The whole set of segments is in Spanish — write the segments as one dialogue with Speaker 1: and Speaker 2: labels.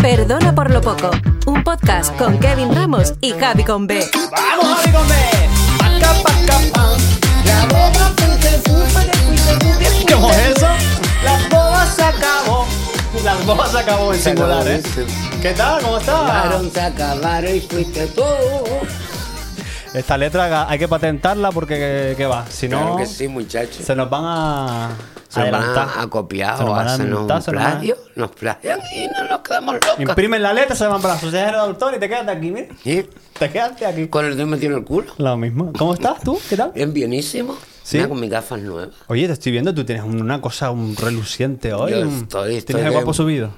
Speaker 1: Perdona por lo poco, un podcast con Kevin Ramos y Javi con B.
Speaker 2: ¡Vamos, Javi Gómez! ¡Paca, paca, pa! La boda se supe, te
Speaker 3: ¿Cómo es eso?
Speaker 2: La boda se acabó.
Speaker 3: La boda se acabó en singular, ¿eh? ¿Qué tal? ¿Cómo estás?
Speaker 2: Acabaron, se acabaron y fuiste tú.
Speaker 3: Esta letra hay que patentarla porque ¿qué va? Si no,
Speaker 2: Claro que sí, muchachos.
Speaker 3: se nos van a
Speaker 2: Se van
Speaker 3: adelantar.
Speaker 2: a copiar
Speaker 3: Se nos
Speaker 2: o
Speaker 3: van a
Speaker 2: hacen un
Speaker 3: adelantar, se nos van a-
Speaker 2: plagio. Nos plagian y no nos quedamos locos.
Speaker 3: Imprimen la letra, se van para la sociedad de redactor y te quedas aquí, mira.
Speaker 2: ¿Sí?
Speaker 3: Te quedaste aquí.
Speaker 2: Con el dedo metido en el culo.
Speaker 3: Lo mismo. ¿Cómo estás tú? ¿Qué tal?
Speaker 2: Bien, bienísimo.
Speaker 3: ¿Sí?
Speaker 2: Mira, con mis gafas nuevas.
Speaker 3: Oye, te estoy viendo, tú tienes una cosa un reluciente hoy.
Speaker 2: Yo
Speaker 3: un-
Speaker 2: estoy- estoy
Speaker 3: tienes el
Speaker 2: de-
Speaker 3: guapo subido.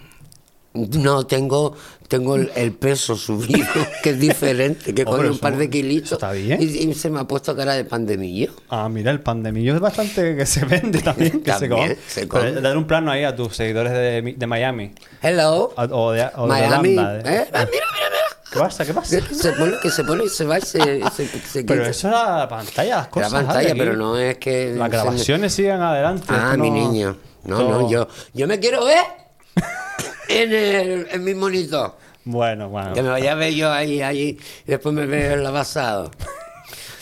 Speaker 2: No, tengo, tengo el, el peso subido, que es diferente, que
Speaker 3: Oh,
Speaker 2: con
Speaker 3: pero
Speaker 2: un par
Speaker 3: eso-
Speaker 2: de kilitos.
Speaker 3: eso está bien.
Speaker 2: Y, y se me ha puesto cara de pandemillo.
Speaker 3: Ah, mira, el pan de millo es bastante que se vende también, que
Speaker 2: También
Speaker 3: se
Speaker 2: se
Speaker 3: come.
Speaker 2: come.
Speaker 3: Pero dar un plano ahí a tus seguidores de, de Miami
Speaker 2: Hello.
Speaker 3: a- o de, o de
Speaker 2: Miami.
Speaker 3: Holanda, de-
Speaker 2: ¿eh? Ah, mira, mira, mira.
Speaker 3: ¿Qué pasa? ¿Qué pasa?
Speaker 2: Se pone, que se pone y se va y se, se, se
Speaker 3: Pero
Speaker 2: quita.
Speaker 3: eso era la pantalla, las
Speaker 2: la
Speaker 3: cosas.
Speaker 2: pantalla,
Speaker 3: Adri,
Speaker 2: pero
Speaker 3: aquí.
Speaker 2: no es que.
Speaker 3: Las grabaciones siguen adelante.
Speaker 2: Ah,
Speaker 3: esto
Speaker 2: mi
Speaker 3: no-
Speaker 2: niño. No,
Speaker 3: esto-
Speaker 2: no, yo, yo me quiero ver en, el, en mi monito.
Speaker 3: Bueno, bueno.
Speaker 2: Que me vaya a ver yo ahí, ahí, y después me veo en la basado.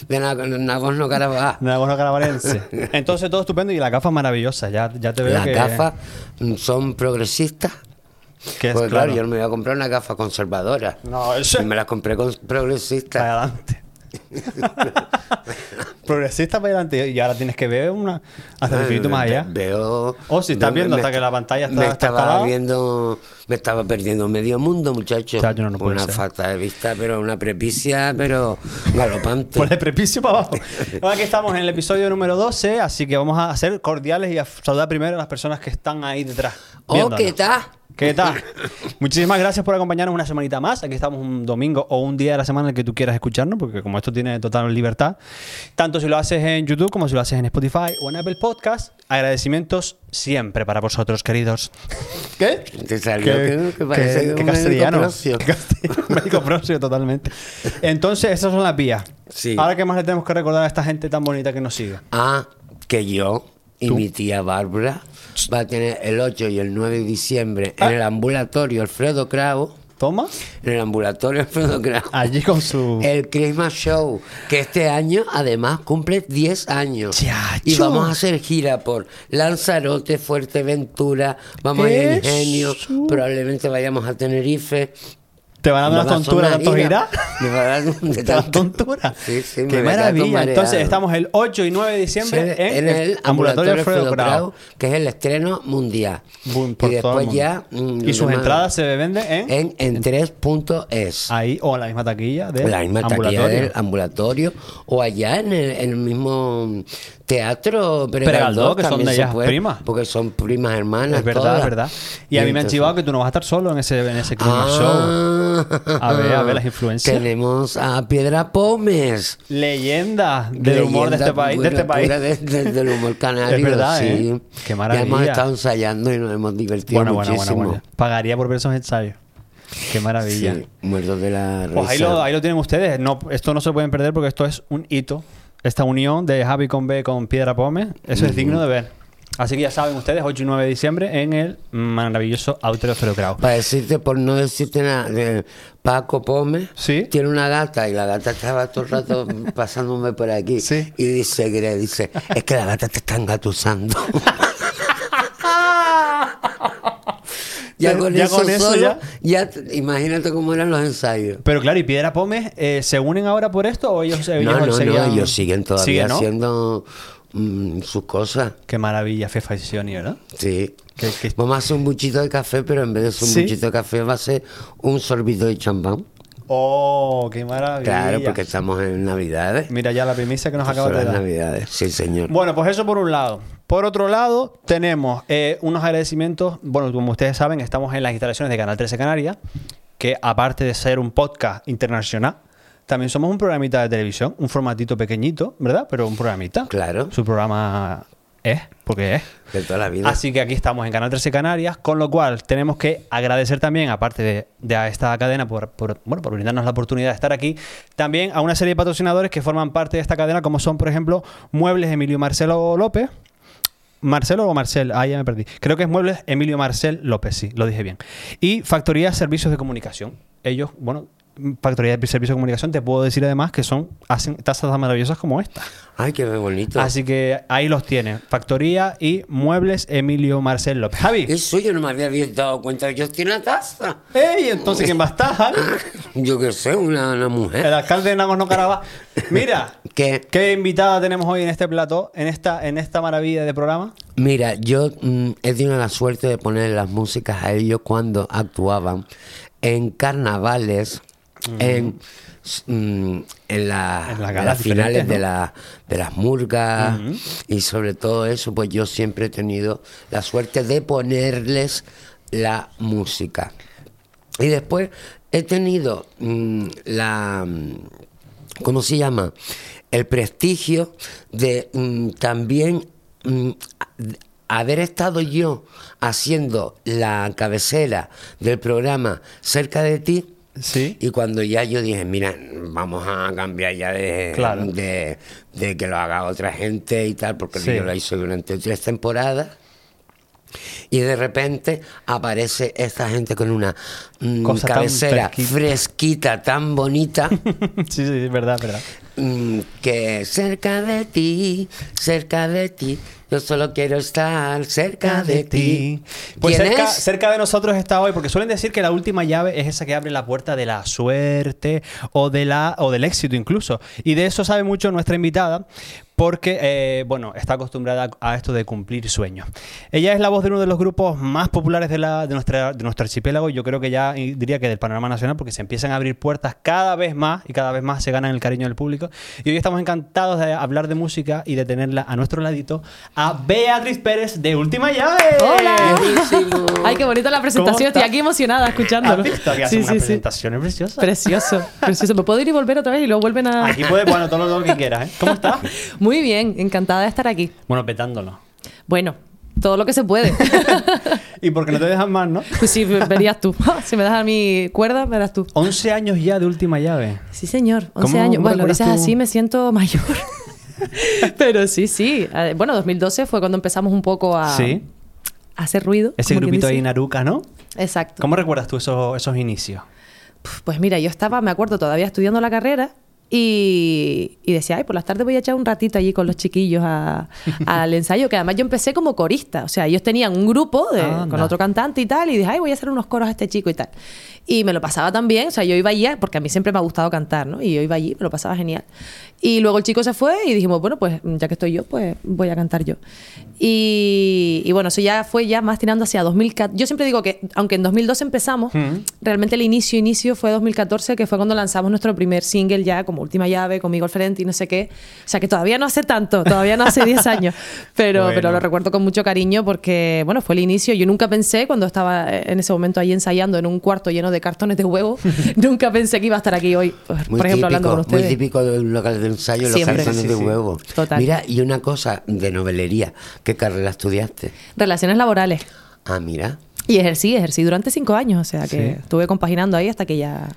Speaker 2: De Nag- Nagorno Karabaj.
Speaker 3: Nagorno Carabarense. Entonces todo estupendo y la gafa maravillosa. Ya, ya te veo
Speaker 2: Las
Speaker 3: que.
Speaker 2: gafas mm, son progresistas.
Speaker 3: que es
Speaker 2: Porque pues claro,
Speaker 3: claro.
Speaker 2: yo no me voy a comprar una gafa conservadora.
Speaker 3: No, eso
Speaker 2: Y me las compré con progresistas.
Speaker 3: para adelante. Progresista para adelante. Y ahora tienes que ver una. Hasta el infinito más
Speaker 2: Ve-
Speaker 3: allá.
Speaker 2: Veo.
Speaker 3: Oh, sí, estás
Speaker 2: veo-
Speaker 3: viendo
Speaker 2: me-
Speaker 3: hasta que la pantalla está-
Speaker 2: Me
Speaker 3: está
Speaker 2: estaba
Speaker 3: parada.
Speaker 2: viendo. Me estaba perdiendo medio mundo, muchachos.
Speaker 3: Chacho, no, no puede
Speaker 2: una
Speaker 3: ser.
Speaker 2: falta de vista, pero una prepicia, pero galopante.
Speaker 3: Por el prepicio para abajo. Ahora que estamos en el episodio número 12, así que vamos a ser cordiales y a saludar primero a las personas que están ahí detrás.
Speaker 2: oh,
Speaker 3: viéndonos.
Speaker 2: ¿qué tal?
Speaker 3: ¿Qué tal? Muchísimas gracias por acompañarnos una semanita más. Aquí estamos un domingo o un día de la semana en el que tú quieras escucharnos, porque como esto tiene total libertad, tanto si lo haces en YouTube como si lo haces en Spotify o en Apple Podcast, agradecimientos siempre para vosotros, queridos. ¿Qué?
Speaker 2: Te salió que, que parece
Speaker 3: que
Speaker 2: un
Speaker 3: castellano.
Speaker 2: médico
Speaker 3: Que
Speaker 2: propio.
Speaker 3: castell- médico propio, totalmente. Entonces, esas son las vías.
Speaker 2: Sí.
Speaker 3: Ahora, ¿qué más le tenemos que recordar a esta gente tan bonita que nos sigue?
Speaker 2: Ah, que yo y mi tía Bárbara va a tener el 8 y el 9 de diciembre
Speaker 3: Ah.
Speaker 2: en el ambulatorio Alfredo Cravo.
Speaker 3: Toma,
Speaker 2: En el ambulatorio Alfredo Cravo.
Speaker 3: allí con su...
Speaker 2: El Christmas Show, que este año además cumple 10 años.
Speaker 3: Chacho.
Speaker 2: Y vamos a hacer gira por Lanzarote, Fuerteventura, vamos a ir a
Speaker 3: Eso.
Speaker 2: Ingenio, probablemente vayamos a Tenerife.
Speaker 3: Te van a dar
Speaker 2: Nos
Speaker 3: una
Speaker 2: va a
Speaker 3: tontura,
Speaker 2: sonar
Speaker 3: tanto
Speaker 2: ira.
Speaker 3: girar.
Speaker 2: Me va a dar un- de
Speaker 3: De la
Speaker 2: tanto-
Speaker 3: tontura.
Speaker 2: Sí, sí, me
Speaker 3: Qué
Speaker 2: va a quedar
Speaker 3: maravilla.
Speaker 2: mareado.
Speaker 3: Entonces estamos el 8 y 9 de diciembre
Speaker 2: Sí,
Speaker 3: en, el ambulatorio Alfredo Grau.
Speaker 2: que es el estreno mundial.
Speaker 3: Boom, por
Speaker 2: y
Speaker 3: todo el
Speaker 2: después
Speaker 3: mundo.
Speaker 2: ya. mm,
Speaker 3: y
Speaker 2: lo
Speaker 3: sus
Speaker 2: demás
Speaker 3: entradas se venden en,
Speaker 2: En, en 3.es.
Speaker 3: ahí o en la misma taquilla del
Speaker 2: la misma taquilla
Speaker 3: ¿Eh? ambulatorio.
Speaker 2: del ambulatorio o allá en el, en el mismo teatro
Speaker 3: Pergaldó, que son
Speaker 2: también
Speaker 3: de
Speaker 2: se
Speaker 3: ellas
Speaker 2: puede,
Speaker 3: primas.
Speaker 2: porque son primas hermanas
Speaker 3: Es verdad,
Speaker 2: todas.
Speaker 3: es verdad. Y, a mí me han
Speaker 2: entonces-
Speaker 3: chivado que tú no vas a estar solo en ese, en ese clima show.
Speaker 2: Ah.
Speaker 3: A ver, a ver las influencias.
Speaker 2: tenemos a Piedra Pómez
Speaker 3: Leyenda del humor de
Speaker 2: leyenda
Speaker 3: este país. De este
Speaker 2: pura-
Speaker 3: país.
Speaker 2: pura de- de- del humor canario
Speaker 3: Es verdad,
Speaker 2: sí.
Speaker 3: ¿eh? Qué maravilla.
Speaker 2: ya hemos estado ensayando y nos hemos divertido
Speaker 3: Bueno, bueno, bueno,
Speaker 2: muchísimo
Speaker 3: bueno. Pagaría por ver esos ensayos. Qué maravilla.
Speaker 2: Sí, muertos de la
Speaker 3: Pues ahí
Speaker 2: risa.
Speaker 3: lo, ahí lo tienen ustedes. No, esto no se lo pueden perder porque esto es un hito. Esta unión de Javi con B con Piedra Pome, eso es digno de ver. Así que ya saben ustedes, 8 y 9 de diciembre en el maravilloso Autero Ferocrao.
Speaker 2: Para decirte, por no decirte nada, de Paco Pome
Speaker 3: Sí.
Speaker 2: tiene una gata y la gata estaba todo el rato pasándome por aquí.
Speaker 3: Sí.
Speaker 2: Y dice, Gre, dice, es que la gata te está engatusando. ya
Speaker 3: Ya-
Speaker 2: con
Speaker 3: ya
Speaker 2: eso,
Speaker 3: con eso
Speaker 2: solo, ya... te- imagínate cómo eran los ensayos.
Speaker 3: Pero claro, ¿y Piedra Pome eh, se unen ahora por esto o ellos, ellos
Speaker 2: No, no, no,
Speaker 3: seguían-
Speaker 2: ellos siguen todavía
Speaker 3: Siguen, ¿no?
Speaker 2: haciendo mm, sus cosas.
Speaker 3: Qué maravilla, Fefa y Sioni, ¿verdad?
Speaker 2: Sí.
Speaker 3: Que- que-
Speaker 2: Vamos a hacer un buchito de café, pero en vez de ser un
Speaker 3: Sí.
Speaker 2: buchito de café va a ser un sorbito de champán.
Speaker 3: Oh, qué maravilla.
Speaker 2: Claro, porque estamos en Navidades.
Speaker 3: Mira ya la primicia que nos acaba
Speaker 2: Son
Speaker 3: de
Speaker 2: las
Speaker 3: dar.
Speaker 2: Navidades, sí, señor.
Speaker 3: Bueno, pues eso por un lado. Por otro lado, tenemos eh, unos agradecimientos. Bueno, como ustedes saben, estamos en las instalaciones de Canal 13 Canarias, que aparte de ser un podcast internacional, también somos un programita de televisión, un formatito pequeñito, ¿verdad? Pero un programita.
Speaker 2: Claro.
Speaker 3: Su programa es, porque es.
Speaker 2: De toda la vida.
Speaker 3: Así que aquí estamos en Canal 13 Canarias, con lo cual tenemos que agradecer también, aparte de, de a esta cadena, por, por, bueno, por brindarnos la oportunidad de estar aquí, también a una serie de patrocinadores que forman parte de esta cadena, como son, por ejemplo, Muebles Emilio y Marcelo López, Marcelo o Marcel, ahí ya me perdí. Creo que es Muebles Emilio Marcel López, sí, lo dije bien. Y Factoría Servicios de Comunicación. Ellos, bueno, Factoría de Servicios de Comunicación, te puedo decir además que son, hacen tazas tan maravillosas como esta.
Speaker 2: Ay, qué bonito.
Speaker 3: Así que ahí los tiene. Factoría y Muebles Emilio Marcel López. Javi.
Speaker 2: Eso yo no me había bien dado cuenta. Yo estoy en la taza.
Speaker 3: ¡Ey! Entonces, ¿quién va a estar? Javi?
Speaker 2: Yo qué sé, una, una mujer.
Speaker 3: El alcalde de Nagos no Carabas. Mira,
Speaker 2: ¿Qué?
Speaker 3: invitada tenemos hoy en este plató, en esta, en esta maravilla de programa?
Speaker 2: Mira, yo mm, he tenido la suerte de poner las músicas a ellos cuando actuaban en carnavales, en, s- mm, en, la-
Speaker 3: En las
Speaker 2: en
Speaker 3: galas
Speaker 2: las finales
Speaker 3: diferentes, ¿no?
Speaker 2: de, la- de las murgas y sobre todo eso, pues yo siempre he tenido la suerte de ponerles la música. Y después he tenido mm, la... mm, ¿Cómo se llama? El prestigio de mm, también mm, a- de haber estado yo haciendo la cabecera del programa cerca de ti.
Speaker 3: Sí.
Speaker 2: Y cuando ya yo dije, mira, vamos a cambiar ya de,
Speaker 3: Claro.
Speaker 2: de, de que lo haga otra gente y tal, porque
Speaker 3: Sí.
Speaker 2: yo lo hice durante tres temporadas. Y de repente aparece esta gente con una mm,
Speaker 3: Cosa tan
Speaker 2: cabecera
Speaker 3: fresquita.
Speaker 2: fresquita, tan bonita,
Speaker 3: sí, sí, es verdad, es verdad.
Speaker 2: mm, que cerca de ti, cerca de ti, yo solo quiero estar cerca de ti.
Speaker 3: Pues
Speaker 2: ¿Quién
Speaker 3: cerca,
Speaker 2: es?
Speaker 3: cerca de nosotros está hoy, porque suelen decir que la última llave es esa que abre la puerta de la suerte o, de la, o del éxito incluso. Y de eso sabe mucho nuestra invitada, porque, eh, bueno, está acostumbrada a esto de cumplir sueños. Ella es la voz de uno de los grupos más populares de, la, de, nuestra, de nuestro archipiélago, yo creo que ya eh, diría que del panorama nacional, porque se empiezan a abrir puertas cada vez más y cada vez más se ganan el cariño del público. Y hoy estamos encantados de hablar de música y de tenerla a nuestro ladito a Beatriz Pérez de Última Llave.
Speaker 4: ¡Hola!
Speaker 2: Buenísimo.
Speaker 4: Ay, qué bonita la presentación. Estoy
Speaker 3: está?
Speaker 4: aquí emocionada escuchándolo.
Speaker 3: ¿Has visto Ah, que hace una presentación Es preciosa?
Speaker 4: Precioso, precioso. Me puedo ir y volver otra vez y luego vuelven a.
Speaker 3: Aquí puedes, bueno, todo lo todo lo que quieras, ¿eh? ¿Cómo estás?
Speaker 4: Muy bien, encantada de estar aquí.
Speaker 3: Bueno, petándolo.
Speaker 4: Bueno, todo lo que se puede.
Speaker 3: Y porque no te dejan más, ¿no?
Speaker 4: pues sí, verías tú. si me das a mi cuerda, me das tú.
Speaker 3: 11 años ya de última llave.
Speaker 4: Sí, señor. 11
Speaker 3: ¿Cómo-
Speaker 4: años.
Speaker 3: cómo
Speaker 4: Bueno, lo
Speaker 3: recuerdas
Speaker 4: dices
Speaker 3: tú?
Speaker 4: así, me siento mayor. Pero sí, sí. Eh, Bueno, 2012 fue cuando empezamos un poco a,
Speaker 3: Sí.
Speaker 4: a hacer ruido.
Speaker 3: Ese
Speaker 4: como quien
Speaker 3: grupito ahí,
Speaker 4: dice.
Speaker 3: Naruca, ¿no?
Speaker 4: Exacto.
Speaker 3: ¿Cómo recuerdas tú esos, esos inicios?
Speaker 4: Pf, Pues mira, yo estaba, me acuerdo, todavía estudiando la carrera y, y decía, ay, por las tardes voy a echar un ratito allí con los chiquillos a- al ensayo, que además yo empecé como corista, o sea, ellos tenían un grupo de-
Speaker 3: Anda.
Speaker 4: con otro cantante y tal, y dije, ay, voy a hacer unos coros a este chico y tal. Y me lo pasaba también, o sea, yo iba allí, porque a mí siempre me ha gustado cantar, ¿no? Y yo iba allí, me lo pasaba genial. Y luego el chico se fue y dijimos, bueno, pues ya que estoy yo, pues voy a cantar yo. Y, y bueno, eso ya fue ya más tirando hacia 2014. Yo siempre digo que, aunque en 2012 empezamos, realmente el inicio, inicio fue 2014, que fue cuando lanzamos nuestro primer single ya, como Última Llave, Conmigo al Frente y no sé qué. O sea, que todavía no hace tanto, todavía no hace 10 años. Pero,
Speaker 3: Bueno.
Speaker 4: pero lo recuerdo con mucho cariño porque, bueno, fue el inicio. Yo nunca pensé, cuando estaba eh, en ese momento ahí ensayando en un cuarto lleno de cartones de huevo, nunca pensé que iba a estar aquí hoy, por
Speaker 2: Muy
Speaker 4: por ejemplo,
Speaker 2: típico,
Speaker 4: hablando con
Speaker 2: Muy
Speaker 4: ustedes.
Speaker 2: típico de un local de ensayo, los
Speaker 4: Siempre.
Speaker 2: calzones
Speaker 4: Sí,
Speaker 2: de
Speaker 3: sí, sí.
Speaker 2: huevo.
Speaker 4: Total.
Speaker 2: Mira, y una cosa de novelería. ¿Qué carrera estudiaste?
Speaker 4: Relaciones laborales.
Speaker 2: Ah, mira.
Speaker 4: Y ejercí, ejercí durante cinco años, o sea que
Speaker 3: Sí.
Speaker 4: estuve compaginando ahí hasta que ya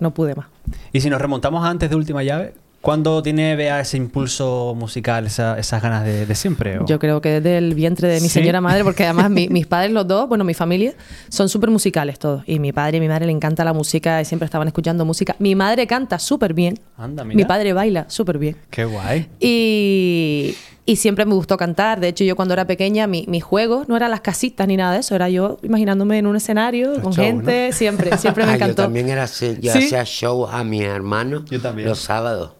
Speaker 4: no pude más.
Speaker 3: Y si nos remontamos antes de última llave, ¿cuándo tiene Bea ese impulso musical, esa- esas ganas de, de siempre? o-
Speaker 4: Yo creo que desde el vientre de mi
Speaker 3: Sí.
Speaker 4: señora madre, porque además mi- mis padres, los dos, bueno, mi familia, son súper musicales todos. Y mi padre y mi madre le encanta la música y siempre estaban escuchando música. Mi madre canta súper bien.
Speaker 3: Anda, Ah, mira.
Speaker 4: Mi padre baila súper bien.
Speaker 3: Qué guay.
Speaker 4: Y, y siempre me gustó cantar. De hecho, yo cuando era pequeña, mi, mis juegos no eran las casitas ni nada de eso. Era yo imaginándome en un escenario
Speaker 3: Los
Speaker 4: con
Speaker 3: shows,
Speaker 4: gente. Siempre, siempre me
Speaker 2: Ah, yo
Speaker 4: encantó.
Speaker 2: también era así. Yo
Speaker 4: Sí.
Speaker 2: hacía show a mi hermano
Speaker 3: Yo también.
Speaker 2: los sábados.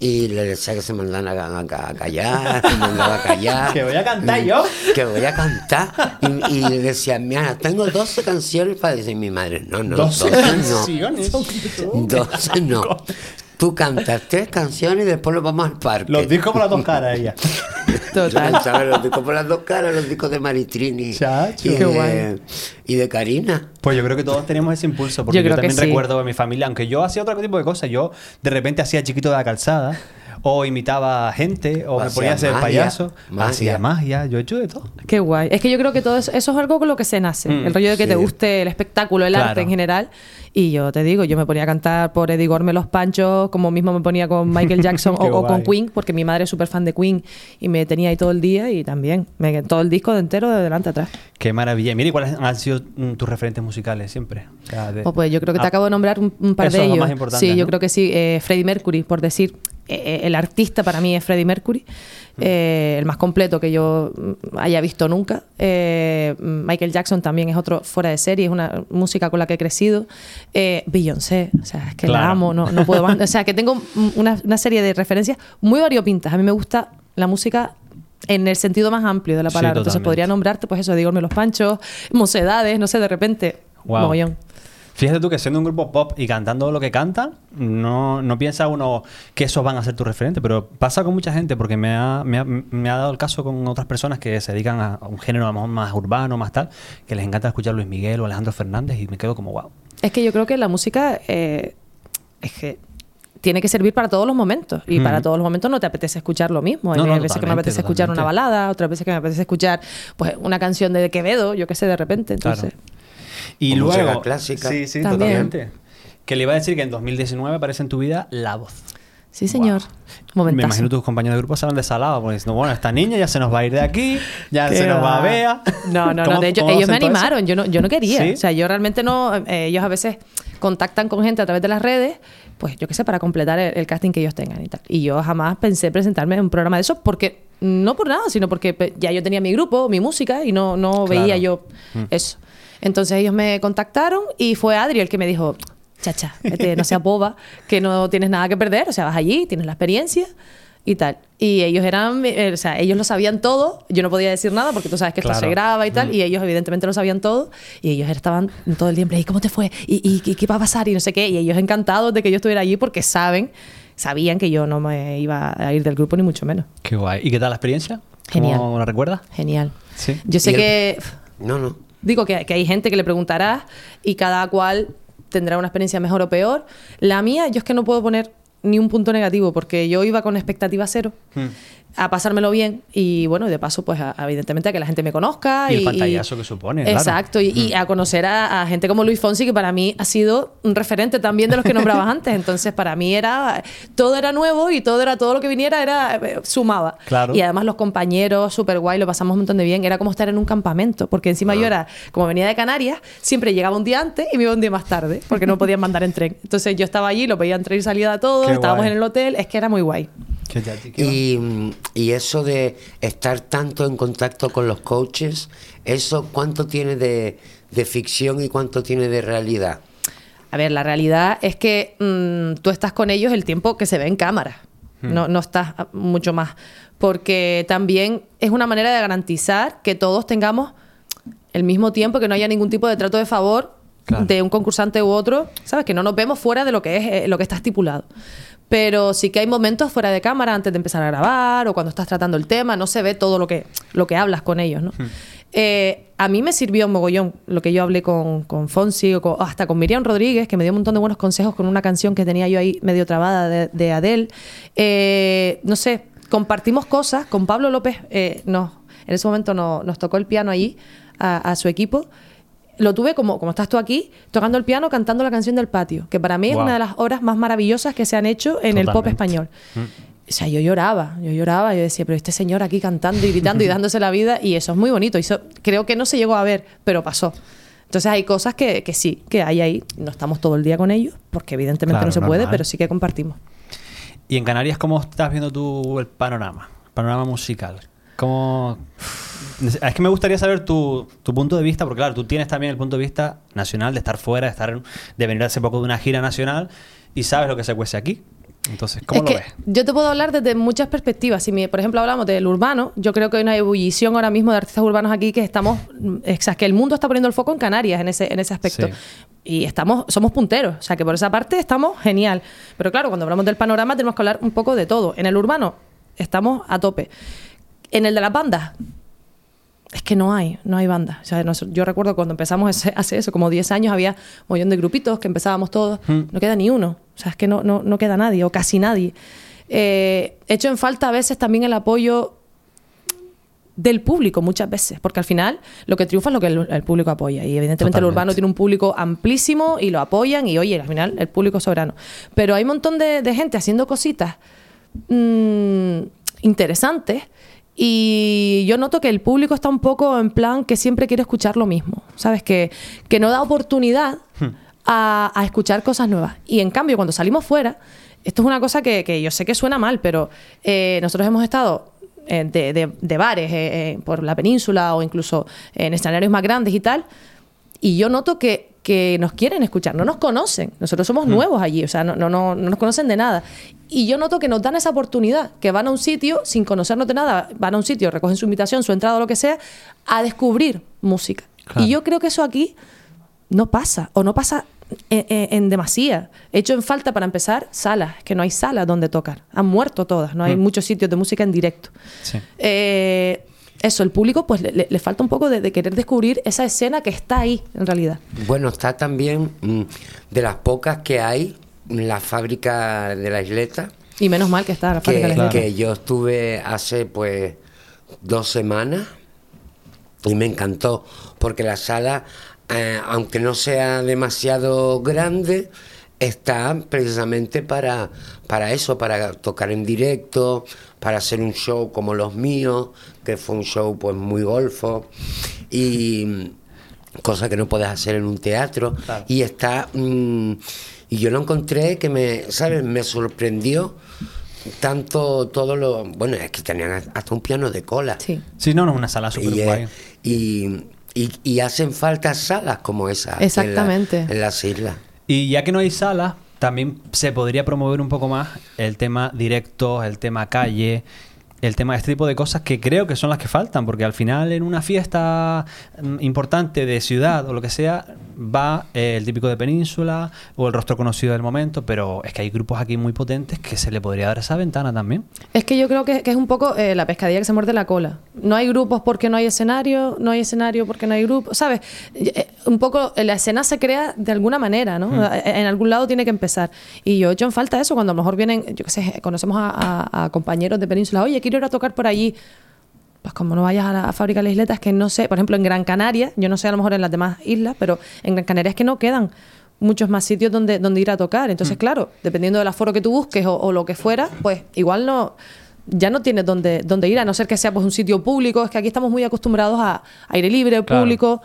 Speaker 2: Y le decía que se mandara a, a- a callar, se mandaba a callar. Mm,
Speaker 3: Que voy a cantar yo.
Speaker 2: Que voy a cantar. Y, y le decía, mira, tengo 12 canciones para decir mi madre. No, no, 12,
Speaker 3: 12
Speaker 2: no.
Speaker 3: canciones.
Speaker 2: 12 no. Tú cantas tres canciones y después lo vamos al parque.
Speaker 3: Los discos por las dos caras, ella.
Speaker 4: Total.
Speaker 2: Yo pensaba en los discos por las dos caras, los discos de Maritrini.
Speaker 3: Chacho.
Speaker 2: y,
Speaker 3: Qué
Speaker 2: de,
Speaker 4: guay.
Speaker 2: y de Karina.
Speaker 3: Pues yo creo que todos tenemos ese impulso, porque yo,
Speaker 4: Yo creo que
Speaker 3: también
Speaker 4: sí.
Speaker 3: recuerdo de mi familia, aunque yo hacía otro tipo de cosas, yo de repente hacía chiquito de la calzada, o imitaba gente, o me
Speaker 2: Hacía
Speaker 3: ponía a ser
Speaker 2: magia,
Speaker 3: payaso,
Speaker 2: magia.
Speaker 3: hacía magia, yo he hecho de todo.
Speaker 4: Qué guay. Es que yo creo que todo eso, eso es algo con lo que se nace.
Speaker 3: Mm,
Speaker 4: el rollo de que
Speaker 2: sí.
Speaker 4: te guste el espectáculo, el
Speaker 3: Claro.
Speaker 4: arte en general. Y yo te digo, yo me ponía a cantar por Eddie Gorme Los Panchos, como mismo me ponía con Michael Jackson o,
Speaker 3: Qué
Speaker 4: o
Speaker 3: guay.
Speaker 4: con Queen, porque mi madre es súper fan de Queen y me tenía ahí todo el día y también me, todo el disco de entero de delante a atrás.
Speaker 3: Qué maravilla. Y Mira, ¿y ¿cuáles han sido mm, tus referentes musicales siempre? O sea, de-
Speaker 4: O pues yo creo que te
Speaker 3: Ah,
Speaker 4: acabo de nombrar un, un par
Speaker 3: Esos
Speaker 4: de
Speaker 3: son los
Speaker 4: ellos.
Speaker 3: más importantes,
Speaker 4: sí, yo
Speaker 3: ¿no?
Speaker 4: creo que sí. Eh, Freddie Mercury, por decir, eh, eh, el artista para mí es Freddie Mercury,
Speaker 3: Mm.
Speaker 4: eh, el más completo que yo mm, haya visto nunca. Eh, mm, Michael Jackson también es otro fuera de serie, es una música con la que he crecido. Eh, Beyoncé, o sea, es que
Speaker 3: Claro.
Speaker 4: la amo, no, no puedo más. O sea, que tengo mm, una, una serie de referencias muy variopintas. A mí me gusta la música en el sentido más amplio de la
Speaker 3: Sí,
Speaker 4: palabra. Entonces
Speaker 3: totalmente.
Speaker 4: podría nombrarte, pues eso, Digorme los Panchos, Mocedades, no sé, de repente,
Speaker 3: Guau.
Speaker 4: mogollón.
Speaker 3: Fíjate tú que siendo un grupo pop y cantando lo que cantan, no, no piensa uno que esos van a ser tu referente, pero pasa con mucha gente porque me ha, me ha- me ha dado el caso con otras personas que se dedican a a un género a lo mejor más urbano, más tal, que les encanta escuchar Luis Miguel o Alejandro Fernández y me quedo como wow.
Speaker 4: Es que yo creo que la música eh, es que tiene que servir para todos los momentos. Y
Speaker 3: Mm.
Speaker 4: para todos los momentos no te apetece escuchar lo mismo. Hay
Speaker 3: No, no,
Speaker 4: veces que me
Speaker 3: totalmente,
Speaker 4: apetece escuchar una
Speaker 3: totalmente.
Speaker 4: balada, otras veces que me apetece escuchar pues una canción de Quevedo, yo qué sé, de repente. Entonces,
Speaker 3: Y
Speaker 2: O música
Speaker 3: luego.
Speaker 2: clásica.
Speaker 3: Sí, sí,
Speaker 4: También.
Speaker 3: totalmente. Que le iba a decir que en 2019 aparece en tu vida la voz.
Speaker 4: sí, señor.
Speaker 3: Guau. Me
Speaker 4: Momentazo.
Speaker 3: imagino tus compañeros de grupo se han desalado porque dicen, bueno, esta niña ya se nos va a ir de aquí, ya
Speaker 4: Qué
Speaker 3: se nos va a
Speaker 4: va.
Speaker 3: ver.
Speaker 4: No, no, no. De hecho, ellos me animaron. Yo no, yo no quería.
Speaker 3: ¿Sí?
Speaker 4: O sea, yo realmente no. eh, ellos a veces contactan con gente a través de las redes, pues yo qué sé, para completar el, el casting que ellos tengan y tal. Y yo jamás pensé presentarme en un programa de esos porque, no por nada, sino porque pe- ya yo tenía mi grupo, mi música y no, no
Speaker 3: Claro.
Speaker 4: veía yo eso. Entonces ellos me contactaron y fue Adri el que me dijo. Chacha, este, no seas boba, que no tienes nada que perder, o sea, vas allí, tienes la experiencia y tal. Y ellos eran, eh, o sea, ellos lo sabían todo, yo no podía decir nada porque tú sabes que esto
Speaker 3: Claro.
Speaker 4: se graba y tal, y ellos evidentemente lo sabían todo, y ellos estaban todo el tiempo, ¿y cómo te fue? ¿Y, y, y qué va a pasar? Y no sé qué, y ellos encantados de que yo estuviera allí porque saben, sabían que yo no me iba a ir del grupo ni mucho menos.
Speaker 3: Qué guay. ¿Y qué tal la experiencia?
Speaker 4: Genial.
Speaker 3: ¿Cómo la recuerdas?
Speaker 4: Genial.
Speaker 3: Sí.
Speaker 4: Yo sé
Speaker 2: Y el-
Speaker 4: que...
Speaker 2: No, no.
Speaker 4: Digo que, que hay gente que le preguntará y cada cual tendrá una experiencia mejor o peor. La mía, yo es que no puedo poner ni un punto negativo porque yo iba con expectativa cero a pasármelo bien y bueno, y de paso pues a- evidentemente a que la gente me conozca.
Speaker 3: Y el pantallazo que supone, claro. Mm.
Speaker 4: Exacto, y, y a conocer a, a gente como Luis Fonsi que para mí ha sido un referente también de los que nombrabas antes. Entonces para mí era, todo era nuevo y todo era, todo lo que viniera era, eh, sumaba.
Speaker 3: Claro.
Speaker 4: Y además los compañeros, súper guay, lo pasamos un montón de bien. Era como estar en un campamento, porque encima yo era, como venía de Canarias, siempre llegaba un día antes y me iba un día más tarde, porque no podían mandar en tren. Entonces yo estaba allí, lo pedía entrar y salida a todos,
Speaker 3: Qué
Speaker 4: estábamos
Speaker 3: guay.
Speaker 4: en el hotel, es que era muy guay.
Speaker 2: Y, mm, y eso de estar tanto en contacto con los coaches, ¿eso cuánto tiene de, de ficción y cuánto tiene de realidad?
Speaker 4: A ver, la realidad es que mm, tú estás con ellos el tiempo que se ve en cámara. No, no estás ah, mucho más. Porque también es una manera de garantizar que todos tengamos el mismo tiempo, que no haya ningún tipo de trato de favor
Speaker 3: Claro.
Speaker 4: de un concursante u otro. ¿Sabes? Que no nos vemos fuera de lo que es eh, lo que está estipulado. Pero sí que hay momentos fuera de cámara antes de empezar a grabar o cuando estás tratando el tema, no se ve todo lo que, lo que hablas con ellos, ¿no? Eh, a mí me sirvió un mogollón lo que yo hablé con, con Fonsi o con- hasta con Miriam Rodríguez, que me dio un montón de buenos consejos con una canción que tenía yo ahí medio trabada de, de Adele. Eh, no sé, compartimos cosas con Pablo López. eh, no, en ese momento no, nos tocó el piano allí a, a su equipo. Lo tuve como, como estás tú aquí, tocando el piano, cantando la canción del patio, que para mí es
Speaker 3: Guau.
Speaker 4: una de las obras más maravillosas que se han hecho en el pop
Speaker 3: Totalmente. Mm.
Speaker 4: español. O sea, yo lloraba, yo lloraba, yo decía, pero este señor aquí cantando y gritando y dándose la vida, y eso es muy bonito. Y eso creo que no se llegó a ver, pero pasó. Entonces hay cosas que, que sí, que hay ahí. No estamos todo el día con ellos, porque evidentemente
Speaker 3: Claro,
Speaker 4: no se puede,
Speaker 3: normal.
Speaker 4: pero sí que compartimos.
Speaker 3: ¿Y en Canarias cómo estás viendo tú el panorama? Panorama musical. ¿Cómo...? Es que me gustaría saber tu, tu punto de vista, porque claro, tú tienes también el punto de vista nacional de estar fuera, de, estar en- de venir hace poco de una gira nacional y sabes lo que se cuece aquí. Entonces, ¿cómo
Speaker 4: es
Speaker 3: lo
Speaker 4: que
Speaker 3: ves?
Speaker 4: Yo te puedo hablar desde muchas perspectivas. Si, me- por ejemplo, hablamos del urbano, yo creo que hay una ebullición ahora mismo de artistas urbanos aquí que estamos, o sea, que el mundo está poniendo el foco en Canarias en ese, en ese aspecto.
Speaker 3: Sí.
Speaker 4: Y estamos, somos punteros, o sea que por esa parte estamos genial. Pero claro, cuando hablamos del panorama tenemos que hablar un poco de todo. En el urbano estamos a tope. En el de las bandas, es que no hay, no hay banda. O sea, nos- yo recuerdo cuando empezamos ese- hace eso, como 10 años, había un montón de grupitos que empezábamos todos. No queda ni uno. O sea, es que no, no, no queda nadie o casi nadie. Eh, hecho en falta a veces también el apoyo del público muchas veces, porque al final lo que triunfa es lo que el, el público apoya. Y evidentemente el
Speaker 3: Totalmente.
Speaker 4: urbano tiene un público amplísimo y lo apoyan y oye, al final el público es soberano. Pero hay un montón de, de gente haciendo cositas mm, interesantes y yo noto que el público está un poco en plan que siempre quiere escuchar lo mismo, ¿sabes? Que, que no da oportunidad a, a escuchar cosas nuevas. Y en cambio, cuando salimos fuera, esto es una cosa que, que yo sé que suena mal, pero eh, nosotros hemos estado eh, de, de- de bares eh, eh, por la península o incluso en escenarios más grandes y tal. Y yo noto que, que nos quieren escuchar, no nos conocen. Nosotros somos nuevos allí, o sea, no, no, no, no nos conocen de nada. Y yo noto que nos dan esa oportunidad, que van a un sitio sin conocernos de nada, van a un sitio, recogen su invitación, su entrada o lo que sea, a descubrir música.
Speaker 3: Claro.
Speaker 4: Y yo creo que eso aquí no pasa, o no pasa en, en- en demasía. He hecho en falta, para empezar, salas, que no hay salas donde tocar. Han muerto todas, no hay muchos sitios de música en directo.
Speaker 3: Sí.
Speaker 4: Eh, eso, el público pues le, le- le falta un poco de, de querer descubrir esa escena que está ahí, en realidad.
Speaker 2: Bueno, está también mm, de las pocas que hay, la fábrica de la isleta,
Speaker 4: Y menos mal que está la
Speaker 2: que,
Speaker 4: fábrica de las letras.
Speaker 2: que yo estuve hace pues dos semanas y me encantó, porque la sala, eh, aunque no sea demasiado grande, está precisamente para, para eso, para tocar en directo, para hacer un show como los míos, que fue un show pues muy golfo, y cosa que no puedes hacer en un teatro. Y está, mm, y yo lo encontré que me, ¿sabes? Me sorprendió tanto todo lo, bueno, es que tenían hasta un piano de cola
Speaker 4: Sí.
Speaker 3: Sí, no, no, una sala súper
Speaker 2: y, eh,
Speaker 3: guay.
Speaker 2: y, y- y hacen falta salas como esa. en la-
Speaker 4: Exactamente.
Speaker 2: En, las islas.
Speaker 3: Y ya que no hay salas, también se podría promover un poco más el tema directos, el tema calle, el tema de este tipo de cosas que creo que son las que faltan, porque al final en una fiesta mm, importante de ciudad o lo que sea, va eh, el típico de península o el rostro conocido del momento, pero es que hay grupos aquí muy potentes que se le podría dar esa ventana también.
Speaker 4: Es que yo creo que, que es un poco eh, la pescadilla que se muerde la cola. No hay grupos porque no hay escenario, no hay escenario porque no hay grupo. ¿Sabes? Y, eh, Un poco eh, la escena se crea de alguna manera, ¿no? Eh, En algún lado tiene que empezar. Y yo he hecho en falta eso cuando a lo mejor vienen, yo qué sé, conocemos a, a- a compañeros de península. Oye, quiero ir a tocar por allí. pues como no vayas a la fábrica de las isletas, que no sé, por ejemplo, en Gran Canaria, yo no sé a lo mejor en las demás islas, pero en Gran Canaria es que no quedan muchos más sitios donde, donde ir a tocar.
Speaker 3: Mm.
Speaker 4: Entonces, claro, dependiendo del aforo que tú busques o, o lo que fuera, pues igual no ya no tienes dónde, dónde ir, a no ser que sea pues un sitio público. Es que aquí estamos muy acostumbrados a aire libre,
Speaker 3: Claro.
Speaker 4: público,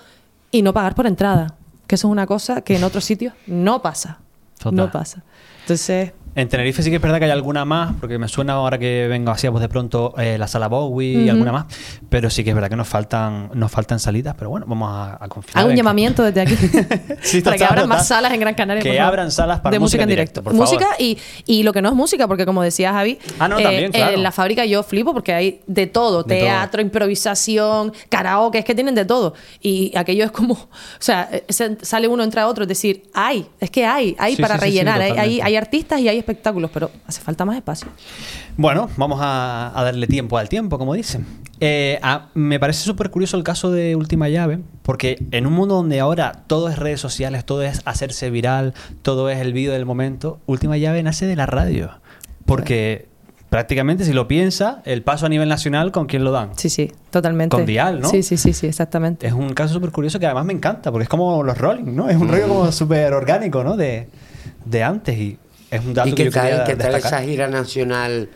Speaker 4: y no pagar por entrada, que eso es una cosa que en otros sitios no pasa.
Speaker 3: Total.
Speaker 4: No pasa. Entonces,
Speaker 3: En Tenerife sí que es verdad que hay alguna más, porque me suena ahora que vengo así, pues de pronto eh, la sala Bowie y alguna más, pero sí que es verdad que nos faltan, nos faltan salidas, pero bueno, vamos a, a confiar.
Speaker 4: hago
Speaker 3: en
Speaker 4: un
Speaker 3: que-
Speaker 4: llamamiento desde aquí
Speaker 3: Sí,
Speaker 4: para
Speaker 3: total,
Speaker 4: que abran más
Speaker 3: total.
Speaker 4: salas en Gran Canaria.
Speaker 3: Que
Speaker 4: por favor.
Speaker 3: abran salas para
Speaker 4: de música en directo.
Speaker 3: por favor.
Speaker 4: música y, y lo que no es música, porque como decía Javi,
Speaker 3: Ah, no, también, claro.
Speaker 4: en la fábrica yo flipo porque hay de todo,
Speaker 3: De
Speaker 4: teatro, improvisación, karaoke, es que tienen de todo. Y aquello es como, o sea, eh, se- sale uno, entra otro, es decir, hay, es que hay, hay
Speaker 3: Sí,
Speaker 4: para
Speaker 3: sí, sí, sí,
Speaker 4: rellenar, hay- hay,
Speaker 3: totalmente.
Speaker 4: hay artistas y hay espectáculos, pero hace falta más espacio.
Speaker 3: Bueno, vamos a, a darle tiempo al tiempo, como dicen. Eh, a- me parece súper curioso el caso de Última Llave, porque en un mundo donde ahora todo es redes sociales, todo es hacerse viral, todo es el vídeo del momento, Última Llave nace de la radio. Porque prácticamente, si lo piensa, el paso a nivel nacional, ¿con quién lo dan?
Speaker 4: Sí, sí, totalmente.
Speaker 3: Con Dial, ¿no?
Speaker 4: Sí, sí, sí, sí, exactamente.
Speaker 3: Es un caso súper curioso que además me encanta, porque es como los Rolling, ¿no? Es un rollo
Speaker 2: Mm.
Speaker 3: como súper orgánico, ¿no? De, de antes y es un dato
Speaker 2: ¿Y qué
Speaker 3: yo quería
Speaker 2: tal, qué tal
Speaker 3: destacar.
Speaker 2: esa gira nacional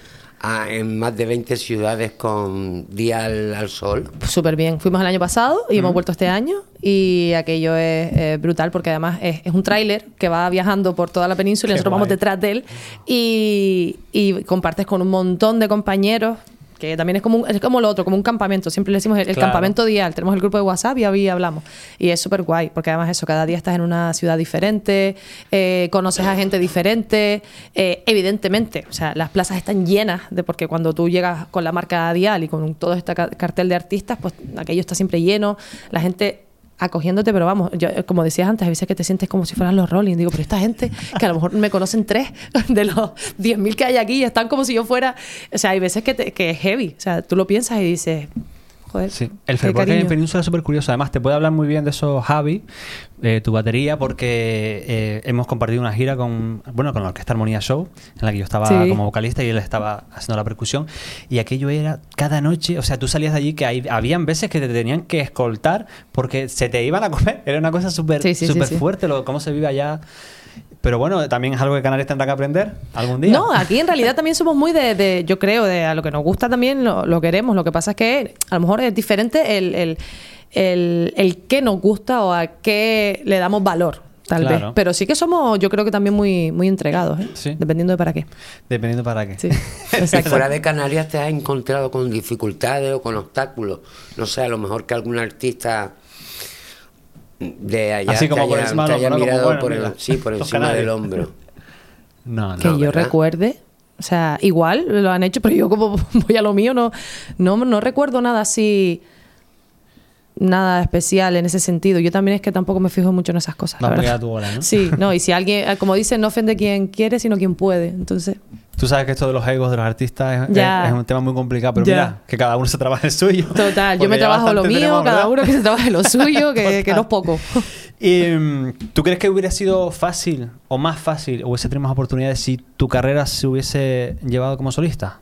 Speaker 2: ah, en más de 20 ciudades con Día al, al Sol?
Speaker 4: Súper bien. Fuimos el año pasado y hemos vuelto este año. Y aquello es eh, brutal porque además es, es un tráiler que va viajando por toda la península y
Speaker 3: Qué
Speaker 4: nosotros vamos
Speaker 3: guay.
Speaker 4: detrás de él. Y, y compartes con un montón de compañeros que también es como, un- es como lo otro, como un campamento. Siempre le decimos el, el
Speaker 3: Claro.
Speaker 4: campamento dial. Tenemos el grupo de WhatsApp y ahí hablamos. Y es súper guay porque además eso, cada día estás en una ciudad diferente, eh, conoces a gente diferente. eh, evidentemente, o sea, las plazas están llenas de porque cuando tú llegas con la marca dial y con todo este ca- cartel de artistas, pues aquello está siempre lleno. La gente acogiéndote, pero vamos, yo, eh, como decías antes, a veces que te sientes como si fueran los Rolling. Digo, pero esta gente, que a lo mejor me conocen tres de los 10.000 que hay aquí, están como si yo fuera... O sea, hay veces que, te- que es heavy. O sea, tú lo piensas y dices, Joder.
Speaker 3: Sí, el
Speaker 4: qué
Speaker 3: fervor que hay en
Speaker 4: cariño.
Speaker 3: Península es súper curioso. Además, te puede hablar muy bien de eso, Javi, eh, tu batería, porque eh, hemos compartido una gira con, bueno, con la Orquesta Armonía Show, en la que yo estaba
Speaker 4: Sí.
Speaker 3: como vocalista y él estaba haciendo la percusión. Y aquello era cada noche, o sea, tú salías de allí que hay, habían veces que te tenían que escoltar porque se te iban a comer. Era una cosa súper
Speaker 4: Sí, sí, sí,
Speaker 3: súper
Speaker 4: sí.
Speaker 3: fuerte lo, cómo se vive allá. Pero bueno, también es algo que Canarias tendrá que aprender algún día.
Speaker 4: No, aquí en realidad también somos muy de, de- yo creo, de a lo que nos gusta también lo, lo queremos. Lo que pasa es que a lo mejor es diferente el, el, el, el qué nos gusta o a qué le damos valor, tal
Speaker 3: Claro.
Speaker 4: vez. Pero sí que somos, yo creo que también muy, muy entregados, ¿eh?
Speaker 3: Sí.
Speaker 4: dependiendo de para qué.
Speaker 3: Dependiendo para qué.
Speaker 4: Sí,
Speaker 2: Y
Speaker 4: exacto.
Speaker 2: fuera de Canarias te has encontrado con dificultades o con obstáculos. No sé, a lo mejor que algún artista de allá
Speaker 3: Así como
Speaker 2: te
Speaker 3: por
Speaker 2: haya,
Speaker 3: encima
Speaker 2: te
Speaker 3: del
Speaker 2: haya
Speaker 3: hombro, ¿no? Como,
Speaker 2: mirado
Speaker 3: bueno,
Speaker 2: por,
Speaker 3: mira,
Speaker 2: el, sí, por
Speaker 3: los
Speaker 2: encima del
Speaker 3: canarios.
Speaker 2: hombro.
Speaker 3: No, no.
Speaker 4: que yo
Speaker 2: ¿verdad?
Speaker 4: recuerde. O sea, igual lo han hecho, pero yo como voy a lo mío, no, no, no recuerdo nada así, nada especial en ese sentido. Yo también es que tampoco me fijo mucho en esas cosas.
Speaker 3: No
Speaker 4: la
Speaker 3: has
Speaker 4: verdad.
Speaker 3: pegado tu bola, ¿no?
Speaker 4: Sí, no, y si alguien, eh, como dicen, no ofende quien quiere, sino quien puede. Entonces,
Speaker 3: Tú sabes que esto de los egos de los artistas es,
Speaker 4: Ya.
Speaker 3: es- es un tema muy complicado, pero
Speaker 4: Ya.
Speaker 3: mira, que cada uno se trabaja el suyo.
Speaker 4: total, yo
Speaker 3: Porque
Speaker 4: me
Speaker 3: ya
Speaker 4: trabajo lo
Speaker 3: bastante
Speaker 4: mío,
Speaker 3: tenemos,
Speaker 4: cada
Speaker 3: ¿verdad?
Speaker 4: uno que se trabaje lo suyo, que, que no es poco.
Speaker 3: Y, mm, ¿Tú crees que hubiera sido fácil o más fácil o hubiese tenido más oportunidades si tu carrera se hubiese llevado como solista?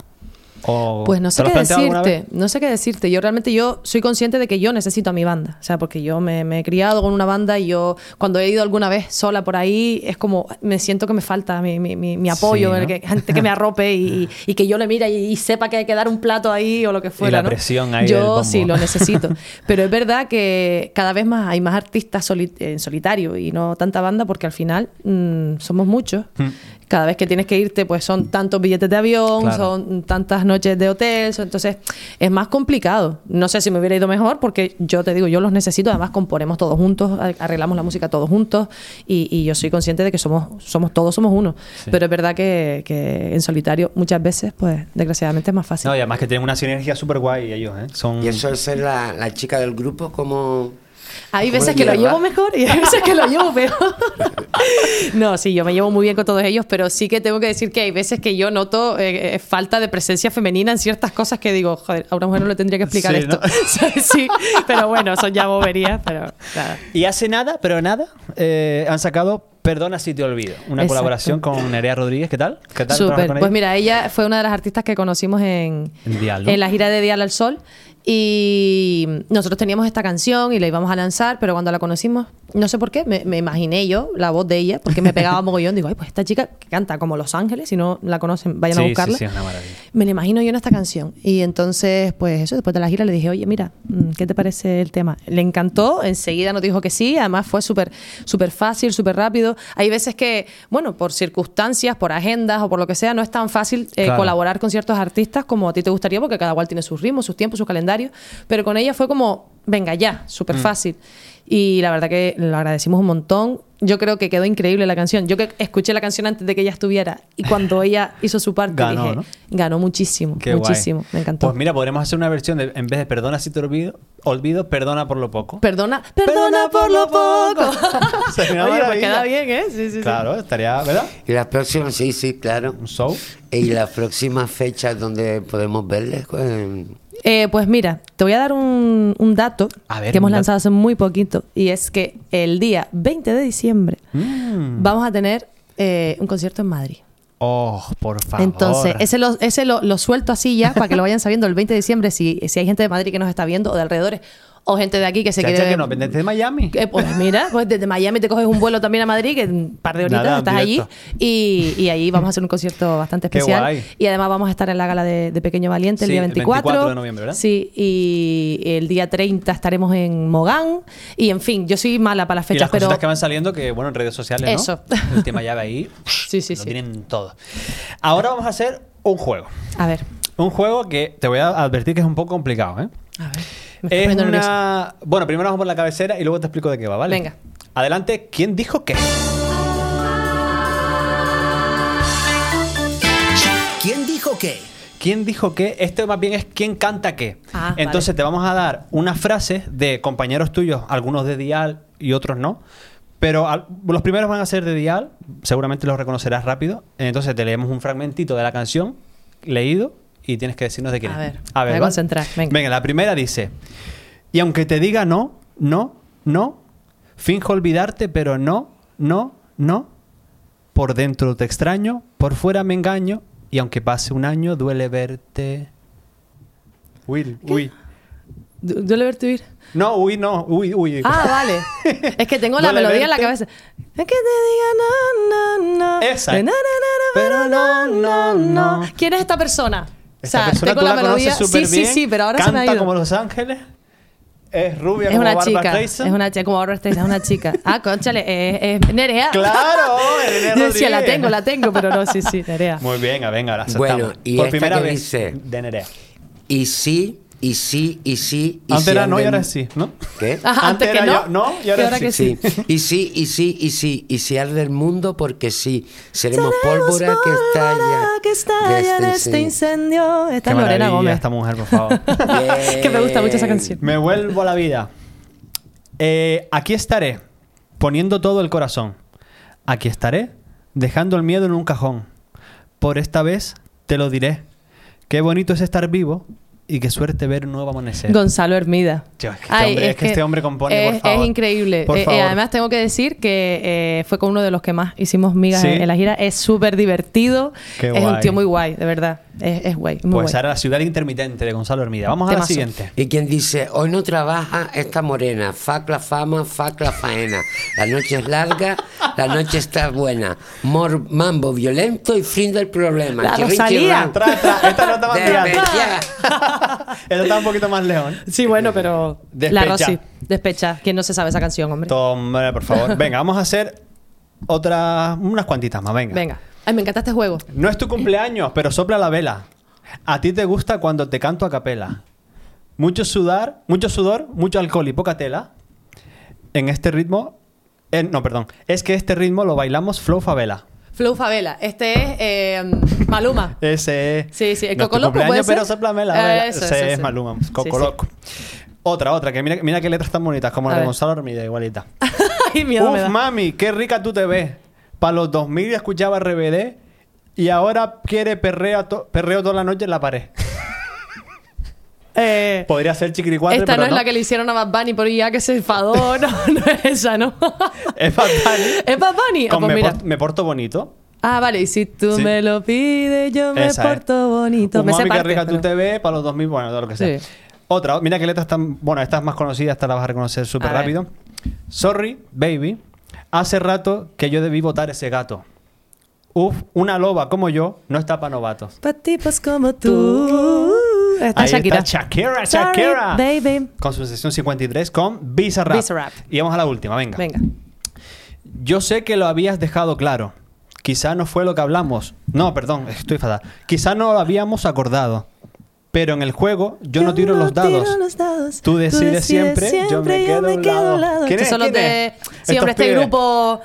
Speaker 3: ¿O
Speaker 4: Pues no
Speaker 3: ¿te
Speaker 4: sé
Speaker 3: lo has
Speaker 4: qué
Speaker 3: planteado alguna
Speaker 4: decirte,
Speaker 3: vez?
Speaker 4: no sé qué decirte. Yo realmente yo soy consciente de que yo necesito a mi banda, o sea, porque yo me, me he criado con una banda y yo cuando he ido alguna vez sola por ahí es como me siento que me falta mi, mi- mi- mi apoyo,
Speaker 3: Sí, ¿no?
Speaker 4: el que- gente que me arrope y, y que yo le mire y, y sepa que hay que dar un plato ahí o lo que fuera.
Speaker 3: la
Speaker 4: ¿no?
Speaker 3: presión ahí
Speaker 4: Yo
Speaker 3: del bombo.
Speaker 4: sí lo necesito, pero es verdad que cada vez más hay más artistas soli- en solitario y no tanta banda porque al final mm, somos muchos. Cada vez que tienes que irte, pues son tantos billetes de avión,
Speaker 3: Claro.
Speaker 4: son tantas noches de hotel, so- entonces es más complicado. No sé si me hubiera ido mejor porque yo te digo, yo los necesito, además componemos todos juntos, ar- arreglamos la música todos juntos y, y yo soy consciente de que somos, somos todos somos uno. Pero es verdad que, que en solitario muchas veces, pues desgraciadamente es más fácil.
Speaker 3: No, y además que tienen una sinergia súper guay ellos, ¿eh? Son...
Speaker 2: Y eso es ser la, la chica del grupo como...
Speaker 4: Hay
Speaker 2: como
Speaker 4: veces
Speaker 2: la
Speaker 4: que lo
Speaker 2: hierba.
Speaker 4: llevo mejor y hay veces que lo llevo peor. No, sí, yo me llevo muy bien con todos ellos, pero sí que tengo que decir que hay veces que yo noto eh, eh, falta de presencia femenina en ciertas cosas que digo, joder, a una mujer no le tendría que explicar
Speaker 3: Sí,
Speaker 4: esto.
Speaker 3: ¿no?
Speaker 4: ¿Sabes? sí, pero bueno, son ya boberías, pero nada.
Speaker 3: Y hace nada, pero nada, eh, han sacado Perdona si te olvido, una
Speaker 4: Exacto.
Speaker 3: colaboración con Nerea Rodríguez. ¿Qué tal? ¿Qué tal trabajar
Speaker 4: Súper.
Speaker 3: con ella?
Speaker 4: Pues mira, ella fue una de las artistas que conocimos en,
Speaker 3: En Dial, ¿no?
Speaker 4: en la gira de Dial al Sol. Y nosotros teníamos esta canción y la íbamos a lanzar, pero cuando la conocimos, no sé por qué, me, me imaginé yo la voz de ella, porque me pegaba mogollón. Digo, ay, pues esta chica que canta como Los Ángeles, si no la conocen, vayan a
Speaker 3: Sí, sí,
Speaker 4: buscarla.
Speaker 3: sí, es una maravilla.
Speaker 4: Me la imagino yo en esta canción. Y entonces, pues eso, después de la gira le dije, oye, mira, mm, ¿qué te parece el tema? Le encantó, enseguida nos dijo que sí, además fue súper súper fácil, súper rápido. Hay veces que, bueno, por circunstancias, por agendas o por lo que sea, no es tan fácil eh,
Speaker 3: Claro.
Speaker 4: colaborar con ciertos artistas como a ti te gustaría, porque cada cual tiene sus ritmos, sus tiempos, sus calendarios, pero con ella fue como, venga ya, súper fácil. Y la verdad que lo agradecimos un montón. Yo creo que quedó increíble la canción. Yo que escuché la canción antes de que ella estuviera y cuando ella hizo su parte
Speaker 3: Ganó,
Speaker 4: dije,
Speaker 3: ¿no?
Speaker 4: ganó muchísimo,
Speaker 3: Qué guay.
Speaker 4: muchísimo. Me encantó.
Speaker 3: Pues mira, podremos hacer una versión de, en vez de Perdona si te olvido, olvido Perdona por lo poco.
Speaker 4: perdona, perdona por lo poco.
Speaker 3: Sería una
Speaker 4: Oye, pues
Speaker 3: maravilla.
Speaker 4: queda bien, ¿eh? Sí, sí, sí.
Speaker 3: Claro, estaría, ¿verdad?
Speaker 2: Y las próximas, sí, sí, claro.
Speaker 3: Un show.
Speaker 2: Y las próximas fechas donde podemos verles... pues,
Speaker 4: Eh, pues mira, te voy a dar un, un dato
Speaker 3: A ver,
Speaker 4: que hemos
Speaker 3: un dato.
Speaker 4: lanzado hace muy poquito y es que el día 20 de diciembre
Speaker 3: Mm.
Speaker 4: vamos a tener eh, un concierto en Madrid.
Speaker 3: Oh, por favor.
Speaker 4: Entonces, ese, lo, ese lo, lo suelto así ya para que lo vayan sabiendo el 20 de diciembre si, si hay gente de Madrid que nos está viendo o de alrededores o gente de aquí que se
Speaker 3: Chacha,
Speaker 4: quiere...
Speaker 3: que nos vendes de Miami.
Speaker 4: Eh, pues mira, pues desde Miami te coges un vuelo también a Madrid, que en un par de horitas
Speaker 3: Nada,
Speaker 4: estás allí.
Speaker 3: directo.
Speaker 4: Y, y ahí vamos a hacer un concierto bastante
Speaker 3: Qué
Speaker 4: especial.
Speaker 3: guay.
Speaker 4: Y además vamos a estar en la gala de, de Pequeño Valiente el
Speaker 3: Sí,
Speaker 4: día
Speaker 3: el
Speaker 4: 24.
Speaker 3: 24 de noviembre, ¿verdad?
Speaker 4: Sí, y el día 30 estaremos en Mogán. Y en fin, yo soy mala para las
Speaker 3: y
Speaker 4: fechas,
Speaker 3: las
Speaker 4: pero.
Speaker 3: cositas que van saliendo, que bueno, en redes sociales, ¿no?
Speaker 4: Eso.
Speaker 3: El tema llave ahí.
Speaker 4: Sí, sí,
Speaker 3: lo
Speaker 4: sí.
Speaker 3: tienen todo. Ahora vamos a hacer un juego.
Speaker 4: A ver,
Speaker 3: Un juego que te voy a advertir que es un poco complicado, ¿eh?
Speaker 4: a ver. Me estoy
Speaker 3: Es
Speaker 4: poniendo nerviosa.
Speaker 3: una... Bueno, primero vamos por la cabecera y luego te explico de qué va, ¿vale?
Speaker 4: Venga.
Speaker 3: Adelante, ¿quién dijo qué?
Speaker 5: ¿Quién dijo qué?
Speaker 3: ¿Quién dijo qué? Esto más bien es quién canta qué.
Speaker 4: Ah,
Speaker 3: Entonces
Speaker 4: vale.
Speaker 3: te vamos a dar unas frases de compañeros tuyos, algunos de Dial y otros no. Pero al- los primeros van a ser de Dial, seguramente los reconocerás rápido. Entonces te leemos un fragmentito de la canción leído y y tienes que decirnos de quién
Speaker 4: A
Speaker 3: es.
Speaker 4: ver, me voy a
Speaker 3: ¿va?
Speaker 4: concentrar, venga.
Speaker 3: la primera dice: Y aunque te diga no, no, no, finjo olvidarte, pero no, no, no. Por dentro te extraño, por fuera me engaño, y aunque pase un año, duele verte. Will, uy.
Speaker 4: Du- Duele verte huir.
Speaker 3: No, uy, no, uy, uy.
Speaker 4: Ah, vale. Es que tengo la
Speaker 3: Duele
Speaker 4: melodía en la
Speaker 3: verte.
Speaker 4: cabeza. Es que te diga no, no, no.
Speaker 3: Esa.
Speaker 4: De na, na, na, na,
Speaker 3: Pero
Speaker 4: na,
Speaker 3: no, no, no.
Speaker 4: ¿Quién es esta persona?
Speaker 3: Esta
Speaker 4: o sea,
Speaker 3: persona
Speaker 4: tengo
Speaker 3: tú
Speaker 4: la,
Speaker 3: la,
Speaker 4: melodía.
Speaker 3: conoces
Speaker 4: Sí,
Speaker 3: súper
Speaker 4: sí,
Speaker 3: bien,
Speaker 4: sí, pero ahora
Speaker 3: canta
Speaker 4: se me ha ido.
Speaker 3: como Los Ángeles, es rubia
Speaker 4: es
Speaker 3: como
Speaker 4: una
Speaker 3: Barbra
Speaker 4: chica, es
Speaker 3: Streisand.
Speaker 4: una chica como Barbra Streisand, es una chica. Ah, conchale, es, es Nerea.
Speaker 3: ¡Claro! Elena
Speaker 4: Yo decía, la
Speaker 3: Rodríguez.
Speaker 4: tengo, la tengo, pero no, sí, sí, Nerea.
Speaker 3: Muy bien, ah, venga, ahora aceptamos.
Speaker 2: Bueno, y
Speaker 3: Por
Speaker 2: esta
Speaker 3: primera
Speaker 2: que
Speaker 3: vez
Speaker 2: dice-
Speaker 3: de Nerea.
Speaker 2: Y sí, y sí, y sí, y
Speaker 3: Antes
Speaker 2: sí.
Speaker 3: era no y
Speaker 2: anden-
Speaker 3: ahora sí, Ah, ¿no?
Speaker 2: ¿Qué?
Speaker 4: Ajá, Ah, antes,
Speaker 3: Antes
Speaker 4: que
Speaker 3: era
Speaker 4: no,
Speaker 3: yo, no, y ahora sí.
Speaker 4: sí.
Speaker 2: Sí. Y sí, y sí, y sí, y si arde el mundo porque sí, seremos pólvora que estalla.
Speaker 4: que estalla
Speaker 2: desde
Speaker 4: de
Speaker 2: el
Speaker 4: este
Speaker 2: sí.
Speaker 4: incendio. Esta es Lorena
Speaker 3: maravilla
Speaker 4: Gómez.
Speaker 3: esta mujer, por favor.
Speaker 4: que me gusta mucho esa canción.
Speaker 3: Me vuelvo a la vida. Eh, aquí estaré, poniendo todo el corazón. Aquí estaré, dejando el miedo en un cajón. Por esta vez te lo diré. Qué bonito es estar vivo y qué suerte ver un nuevo amanecer.
Speaker 4: Gonzalo Hermida.
Speaker 3: Tío, es que este hombre- es que este hombre compone,
Speaker 4: es,
Speaker 3: por favor.
Speaker 4: es increíble.
Speaker 3: Por
Speaker 4: Eh, eh,
Speaker 3: favor.
Speaker 4: además, tengo que decir que eh, fue con uno de los que más hicimos migas
Speaker 3: Sí.
Speaker 4: en, en la gira. Es súper divertido.
Speaker 3: Qué
Speaker 4: es un
Speaker 3: guay.
Speaker 4: tío muy guay, de verdad. Es, es guay. Muy
Speaker 3: pues
Speaker 4: guay.
Speaker 3: ahora la ciudad intermitente de Gonzalo Hermida. Vamos a la
Speaker 4: Temazo.
Speaker 3: siguiente.
Speaker 2: Y quien dice, hoy no trabaja esta morena, fac la fama, fac la faena. La noche es larga, la noche está buena. Mor, mambo violento y fin del problema.
Speaker 4: La
Speaker 2: Chirrin,
Speaker 4: Rosalía.
Speaker 2: chirrán.
Speaker 3: Tra, tra, esta no está más
Speaker 2: Despecha.
Speaker 3: Esta está un poquito más lejos. ¿eh?
Speaker 4: Sí, bueno, pero.
Speaker 3: Despecha.
Speaker 4: La Rosy. Despecha. ¿Quién no se sabe esa canción, hombre?
Speaker 3: Toma, por favor. Venga, vamos a hacer otras, unas cuantitas más. Venga.
Speaker 4: Venga. Ay, me encanta este juego.
Speaker 3: No es tu cumpleaños, pero sopla la vela. A ti te gusta cuando te canto a capela. Mucho sudar, mucho sudor, mucho alcohol y poca tela. En este ritmo, eh, no, perdón. Es que este ritmo lo bailamos flow favela.
Speaker 4: Flow Favela. Este es eh, Maluma.
Speaker 3: Ese es.
Speaker 4: Sí, sí, el
Speaker 3: no es tu
Speaker 4: Cocoloco
Speaker 3: cumpleaños,
Speaker 4: puede ser.
Speaker 3: pero soplame la
Speaker 4: Eh,
Speaker 3: vela.
Speaker 4: eso,
Speaker 3: Ese
Speaker 4: eso,
Speaker 3: es
Speaker 4: eso.
Speaker 3: Maluma,
Speaker 4: Sí, sí.
Speaker 3: Cocoloco. Otra, otra, que mira, mira qué letras tan bonitas, como
Speaker 4: A
Speaker 3: la de
Speaker 4: ver.
Speaker 3: Gonzalo Armida, igualita.
Speaker 4: Ay, miedo me
Speaker 3: Uf,
Speaker 4: da.
Speaker 3: mami, qué rica tú te ves. Para los 2000 escuchaba RBD y ahora quiere perreo, to- perreo toda la noche en la pared.
Speaker 4: Eh,
Speaker 3: Podría ser chiquiricuatre,
Speaker 4: Esta
Speaker 3: pero
Speaker 4: no es la que le hicieron a Bad Bunny por IA que se enfadó. No, no es esa, ¿no?
Speaker 3: Es Bad Bunny.
Speaker 4: ¿Es Bad Bunny? Ah,
Speaker 3: Con
Speaker 4: pues
Speaker 3: me,
Speaker 4: mira.
Speaker 3: por- me porto bonito.
Speaker 4: Ah, vale. Y si tú
Speaker 3: Sí.
Speaker 4: me lo pides, yo me
Speaker 3: Esa es.
Speaker 4: porto bonito.
Speaker 3: Uf,
Speaker 4: me
Speaker 3: mami,
Speaker 4: sé
Speaker 3: qué
Speaker 4: parte,
Speaker 3: rica tú
Speaker 4: pero-
Speaker 3: te ves. Para los 2000, bueno, todo lo que sea.
Speaker 4: Sí.
Speaker 3: Otra, mira qué letras tan... Bueno, esta es más conocida, esta la vas a reconocer súper
Speaker 4: A ver.
Speaker 3: rápido. Sorry, baby. Hace rato que yo debí votar ese gato. Uf, una loba como yo no está para novatos.
Speaker 4: Pa' tipos como tú. Está
Speaker 3: Ahí
Speaker 4: Shakira.
Speaker 3: está Shakira,
Speaker 4: Sorry,
Speaker 3: Shakira.
Speaker 4: baby.
Speaker 3: Con su sesión 53 con Bizarrap.
Speaker 4: Bizarrap.
Speaker 3: Y vamos a la última, venga.
Speaker 4: Venga.
Speaker 3: Yo sé que lo habías dejado claro. Quizá no fue lo que hablamos. No, perdón, estoy fatal. Quizá no lo habíamos acordado. Pero en el juego yo no tiro los dados.
Speaker 4: tiro los dados.
Speaker 3: Tú decides siempre, yo me quedo a un lado. ¿Quién
Speaker 4: Que
Speaker 3: es?
Speaker 4: son los
Speaker 3: ¿Quién
Speaker 4: de...
Speaker 3: es?
Speaker 4: Sí, hombre,
Speaker 3: Estos
Speaker 4: este
Speaker 3: pibes.
Speaker 4: grupo...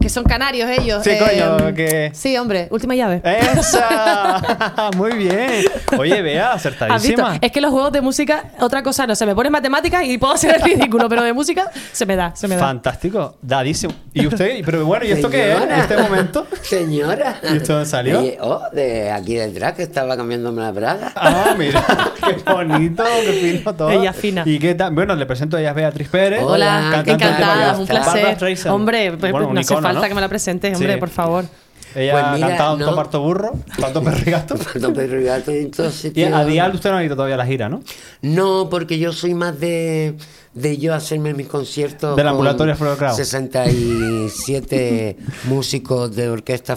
Speaker 4: Que son canarios ellos. eh,
Speaker 3: Sí, coño, que-
Speaker 4: Sí, hombre. Última llave.
Speaker 3: ¡Esa! Muy bien. Oye, vea,
Speaker 4: ¿Has visto?
Speaker 3: acertadísima.
Speaker 4: Es que los juegos de música, otra cosa, no se me pones matemáticas y puedo hacer el ridículo, pero de música se me da, se me da.
Speaker 3: Fantástico. Dadísimo. ¿Y usted? Pero bueno, ¿y esto qué es?
Speaker 2: Señora.
Speaker 3: ¿Este momento?
Speaker 2: Señora.
Speaker 3: ¿Y esto dónde salió?
Speaker 2: Oye, oh, de aquí detrás que estaba cambiándome la braga.
Speaker 3: Ah, mira, qué bonito, qué fino todo.
Speaker 4: Ella fina.
Speaker 3: ¿Y qué tal? Bueno, le presento a ella es Beatriz Pérez.
Speaker 4: Hola,
Speaker 2: Hola,
Speaker 3: cantante
Speaker 4: encantada,
Speaker 2: Bárbara
Speaker 4: un
Speaker 2: Streisand.
Speaker 4: placer.
Speaker 3: Bárbara Streisand.
Speaker 4: Hombre, pues,
Speaker 3: Bueno, un
Speaker 4: no hace
Speaker 3: icono,
Speaker 4: falta
Speaker 3: ¿no?
Speaker 4: que me la presentes, hombre,
Speaker 3: Sí.
Speaker 4: por favor.
Speaker 3: Ella
Speaker 2: Pues
Speaker 3: ha
Speaker 2: mira,
Speaker 3: cantado
Speaker 2: no.
Speaker 3: Tom Harto Burro, Tanto Perrigato.
Speaker 2: Perdón, pero ya estoy en todo
Speaker 3: Y
Speaker 2: sitio.
Speaker 3: a Dial usted no ha ido todavía a la gira, ¿no?
Speaker 2: No, porque yo soy más de, de yo hacerme mis conciertos.
Speaker 3: Del
Speaker 2: con
Speaker 3: ambulatorio Flor Grau.
Speaker 2: 67 músicos de orquesta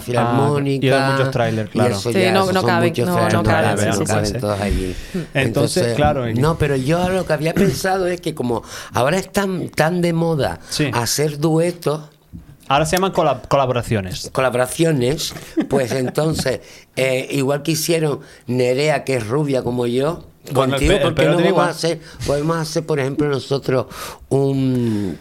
Speaker 3: Ah,
Speaker 2: filarmónica.
Speaker 3: y dan muchos tráiler, claro.
Speaker 2: Y eso
Speaker 4: Sí,
Speaker 2: ya,
Speaker 4: no-
Speaker 2: esos
Speaker 4: no
Speaker 2: son
Speaker 4: caben,
Speaker 2: muchos
Speaker 4: no-
Speaker 2: tráiler,
Speaker 4: no caben,
Speaker 3: sí, sí,
Speaker 2: no
Speaker 3: sí.
Speaker 2: caben todos allí.
Speaker 3: Entonces, claro, y-
Speaker 2: No, pero yo lo que había pensado es que como ahora es tan, tan de moda
Speaker 3: Sí.
Speaker 2: hacer duetos
Speaker 3: Ahora se llaman colab- colaboraciones.
Speaker 2: colaboraciones, pues entonces, eh, igual que hicieron Nerea, que es rubia como yo,
Speaker 3: Bueno, el
Speaker 2: contigo,
Speaker 3: pe- el
Speaker 2: porque
Speaker 3: pelo
Speaker 2: no
Speaker 3: tiene
Speaker 2: vamos a
Speaker 3: igual.
Speaker 2: hacer, podemos hacer, por ejemplo, nosotros un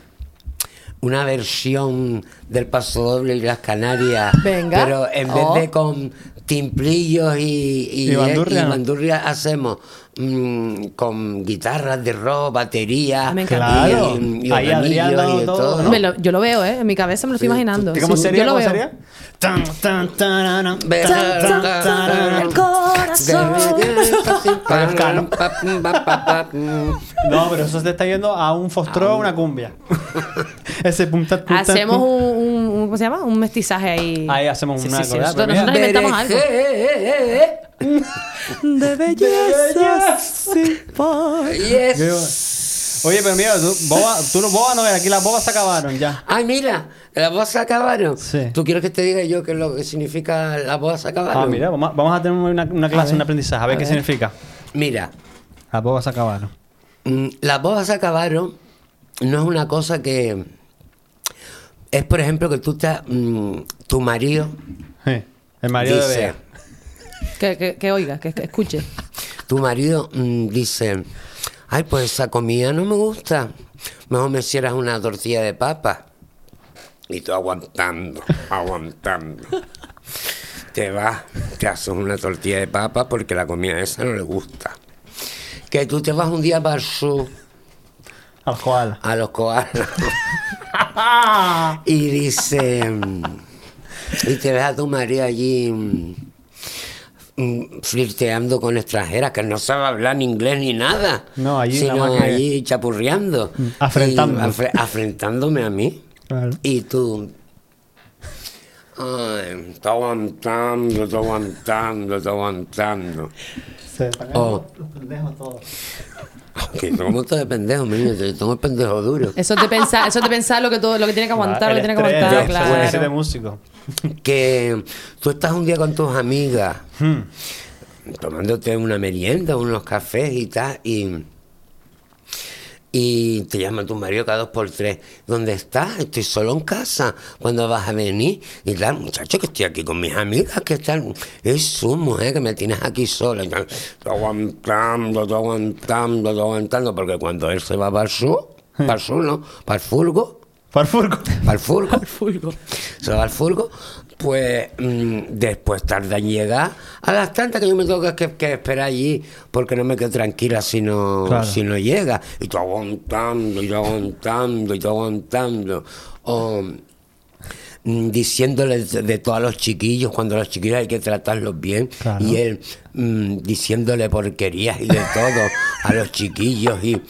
Speaker 2: una versión del Paso Doble y las Canarias,
Speaker 4: Venga.
Speaker 2: pero en vez
Speaker 4: Oh.
Speaker 2: de con timplillos y, eh, y,
Speaker 3: Y bandurria, ¿no?
Speaker 2: bandurria, hacemos mm, con guitarras de rock, baterías,
Speaker 4: Ah,
Speaker 2: y-
Speaker 4: Me encanta.
Speaker 3: Claro.
Speaker 2: y, y
Speaker 3: Ahí
Speaker 2: organillos
Speaker 3: Adrián
Speaker 2: y
Speaker 3: dando
Speaker 2: de
Speaker 3: todo,
Speaker 2: todo,
Speaker 3: ¿no?
Speaker 4: Me lo- yo lo veo, ¿eh? En mi cabeza me lo estoy imaginando.
Speaker 3: ¿Y cómo
Speaker 4: Sí,
Speaker 3: sería?
Speaker 4: Yo lo
Speaker 3: ¿Cómo
Speaker 4: veo.
Speaker 3: sería? Tan, tan, tararán,
Speaker 2: Ve-
Speaker 3: tan, tan, tararán.
Speaker 4: Tan, tan, tan, corazón.
Speaker 3: Kafka, ¿no? No, pero eso se está yendo a un fostró, a una cumbia. Ese punta, punta,
Speaker 4: Hacemos
Speaker 3: punta.
Speaker 4: un, un- un- ¿Cómo se llama? Un mestizaje ahí.
Speaker 3: Ahí hacemos
Speaker 4: Sí,
Speaker 3: una
Speaker 4: sí, sí.
Speaker 3: cosa,
Speaker 4: Nosotros,
Speaker 3: pero
Speaker 4: nosotros inventamos algo.
Speaker 2: Berenjena.
Speaker 4: De
Speaker 3: belleza,
Speaker 4: sí.
Speaker 2: Yes.
Speaker 3: Oye, pero mira, tú, boba, tú no, boba no eres, aquí las bobas se acabaron ya.
Speaker 2: Ay, mira, las voz acabaron.
Speaker 3: Sí.
Speaker 2: ¿Tú quieres que te diga yo qué es lo que significa las voz acabaron?
Speaker 3: Ah, mira, vamos a, vamos a tener una, una clase,
Speaker 2: ver.
Speaker 3: un aprendizaje, a ver qué significa.
Speaker 2: Mira,
Speaker 3: Las bobas se acabaron.
Speaker 2: Mm, Las bodas acabaron no es una cosa que... Es, por ejemplo, que tú estás... mm, tu marido
Speaker 3: Sí. El marido de
Speaker 2: dice...
Speaker 3: Bea.
Speaker 4: Que, que, que oiga, que, que escuche.
Speaker 2: Tu marido mm, dice... Ay, pues esa comida no me gusta. Mejor me hicieras una tortilla de papa. Y tú aguantando, aguantando. Te vas, te haces una tortilla de papa porque la comida esa no le gusta. Que tú te vas un día para el sur,
Speaker 3: Al koala.
Speaker 2: a los koalas. Y dice. mm, Y te ves a tu marido allí mm, mm, flirteando con extranjeras que no sabe hablar ni inglés ni nada.
Speaker 3: No, allí nada
Speaker 2: sino
Speaker 3: más que- Mm,
Speaker 2: allí chapurreando.
Speaker 3: afrentando.
Speaker 2: Y afre- afrentándome a mí.
Speaker 3: Claro.
Speaker 2: Y tú. Ay, está aguantando, está aguantando, está aguantando.
Speaker 3: Se
Speaker 2: Oh.
Speaker 3: los pendejos todos.
Speaker 2: Que como todo de pendejo, niño, te tengo el pendejo duro.
Speaker 4: Eso es de pensar, eso es de pensar lo que todo, lo que tiene que
Speaker 3: Ah,
Speaker 4: aguantar, lo que tiene que aguantar,
Speaker 2: estrés,
Speaker 4: claro.
Speaker 2: después
Speaker 3: pues, de músico.
Speaker 2: que tú estás un día con tus amigas tomándote una merienda, unos cafés y tal, y, y te llama tu marido cada dos por tres. ¿Dónde estás? Estoy solo en casa. ¿Cuándo vas a venir? Y tal, muchacho, que estoy aquí con mis amigas, que están. Es su mujer que me tienes aquí sola. Y tal, "Estoy aguantando, estoy aguantando, estoy aguantando, porque cuando él se va para el sur, para el sur, ¿no? Para el furgo
Speaker 3: Farfurco.
Speaker 2: al furgo. Se va al furgo. Pues mm, después tarda en llegar a las tantas que yo me tengo que, que- que esperar allí porque no me quedo tranquila si no,
Speaker 3: Claro.
Speaker 2: si no llega. Y tú aguantando, y tú aguantando, y tú aguantando. O, mm, diciéndole de, de todos los chiquillos, cuando los chiquillos hay que tratarlos bien,
Speaker 3: Claro.
Speaker 2: y él mm, diciéndole porquerías y de todo a los chiquillos y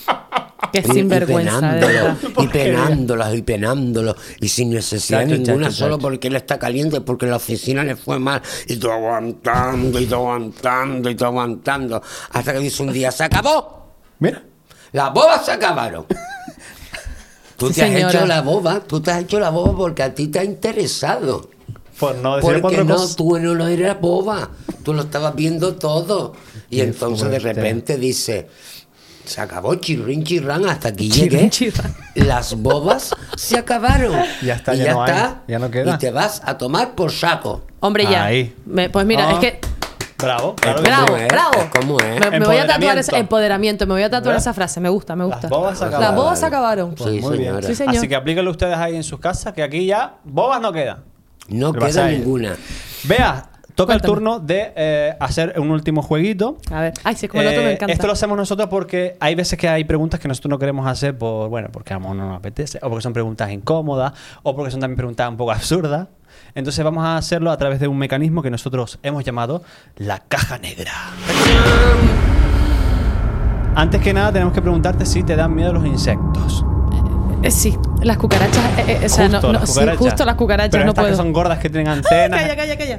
Speaker 4: Que
Speaker 2: y-
Speaker 4: sinvergüenza, de verdad.
Speaker 2: Y penándolos, y penándolos, y sin necesidad
Speaker 3: Chacho,
Speaker 2: ninguna,
Speaker 3: chacho,
Speaker 2: solo
Speaker 3: chacho.
Speaker 2: porque él está caliente, porque en la oficina le fue mal. Y tú aguantando, y tú aguantando, y tú aguantando. Hasta que dice un día, se acabó.
Speaker 3: Mira.
Speaker 2: Las bobas se acabaron. Tú
Speaker 4: Sí,
Speaker 2: te
Speaker 4: señora.
Speaker 2: has hecho la boba, tú te has hecho la boba porque a ti te ha interesado.
Speaker 3: Por no decir
Speaker 2: Porque
Speaker 3: cuatro
Speaker 2: no,
Speaker 3: cosas.
Speaker 2: tú no lo eras boba, tú lo estabas viendo todo. Y
Speaker 3: Qué
Speaker 2: entonces de
Speaker 3: fuerte.
Speaker 2: repente dice, se acabó chirrin chirrán, hasta aquí llegué.
Speaker 4: Chirrin, chirrán.
Speaker 2: Las bobas se acabaron.
Speaker 3: Ya está,
Speaker 2: y
Speaker 3: ya
Speaker 2: ya
Speaker 3: no hay,
Speaker 2: está.
Speaker 3: ya no queda.
Speaker 2: Y te vas a tomar por saco.
Speaker 4: Hombre, ya.
Speaker 3: Ahí.
Speaker 4: Me- pues mira,
Speaker 3: Ah.
Speaker 4: es que.
Speaker 3: Bravo, claro. que
Speaker 2: ¿Cómo
Speaker 4: Bravo,
Speaker 2: es?
Speaker 4: bravo.
Speaker 2: ¿Cómo es?
Speaker 4: Me, me voy a tatuar
Speaker 3: Empoderamiento.
Speaker 4: ese empoderamiento, me voy a tatuar
Speaker 3: ¿Verdad?
Speaker 4: esa frase, me gusta, me
Speaker 3: Las
Speaker 4: gusta.
Speaker 3: bobas se acabaron. Pues
Speaker 4: Las bobas se acabaron.
Speaker 2: Sí,
Speaker 3: Muy bien.
Speaker 2: señora.
Speaker 4: Sí, señor.
Speaker 3: Así que aplíquenlo ustedes ahí en sus casas, que aquí ya bobas no quedan.
Speaker 2: No
Speaker 3: Pero vas
Speaker 2: queda
Speaker 3: a ir.
Speaker 2: ninguna.
Speaker 3: Vea, toca el
Speaker 4: Cuéntame.
Speaker 3: turno de eh, hacer un último jueguito.
Speaker 4: A ver. Ay, sí, es como el otro me
Speaker 3: Eh,
Speaker 4: encanta.
Speaker 3: Esto lo hacemos nosotros porque hay veces que hay preguntas que nosotros no queremos hacer por, bueno, porque a lo mejor no nos apetece, o porque son preguntas incómodas, o porque son también preguntas un poco absurdas. Entonces vamos a hacerlo a través de un mecanismo que nosotros hemos llamado la caja negra. Antes que nada tenemos que preguntarte si te dan miedo los insectos.
Speaker 4: Eh, sí, las cucarachas. eh, eh, o sea, no, no, sí, justo las cucarachas
Speaker 3: Pero
Speaker 4: no
Speaker 3: estas
Speaker 4: puedo.
Speaker 3: que son gordas que tienen antenas.
Speaker 4: Calla, calla, calla.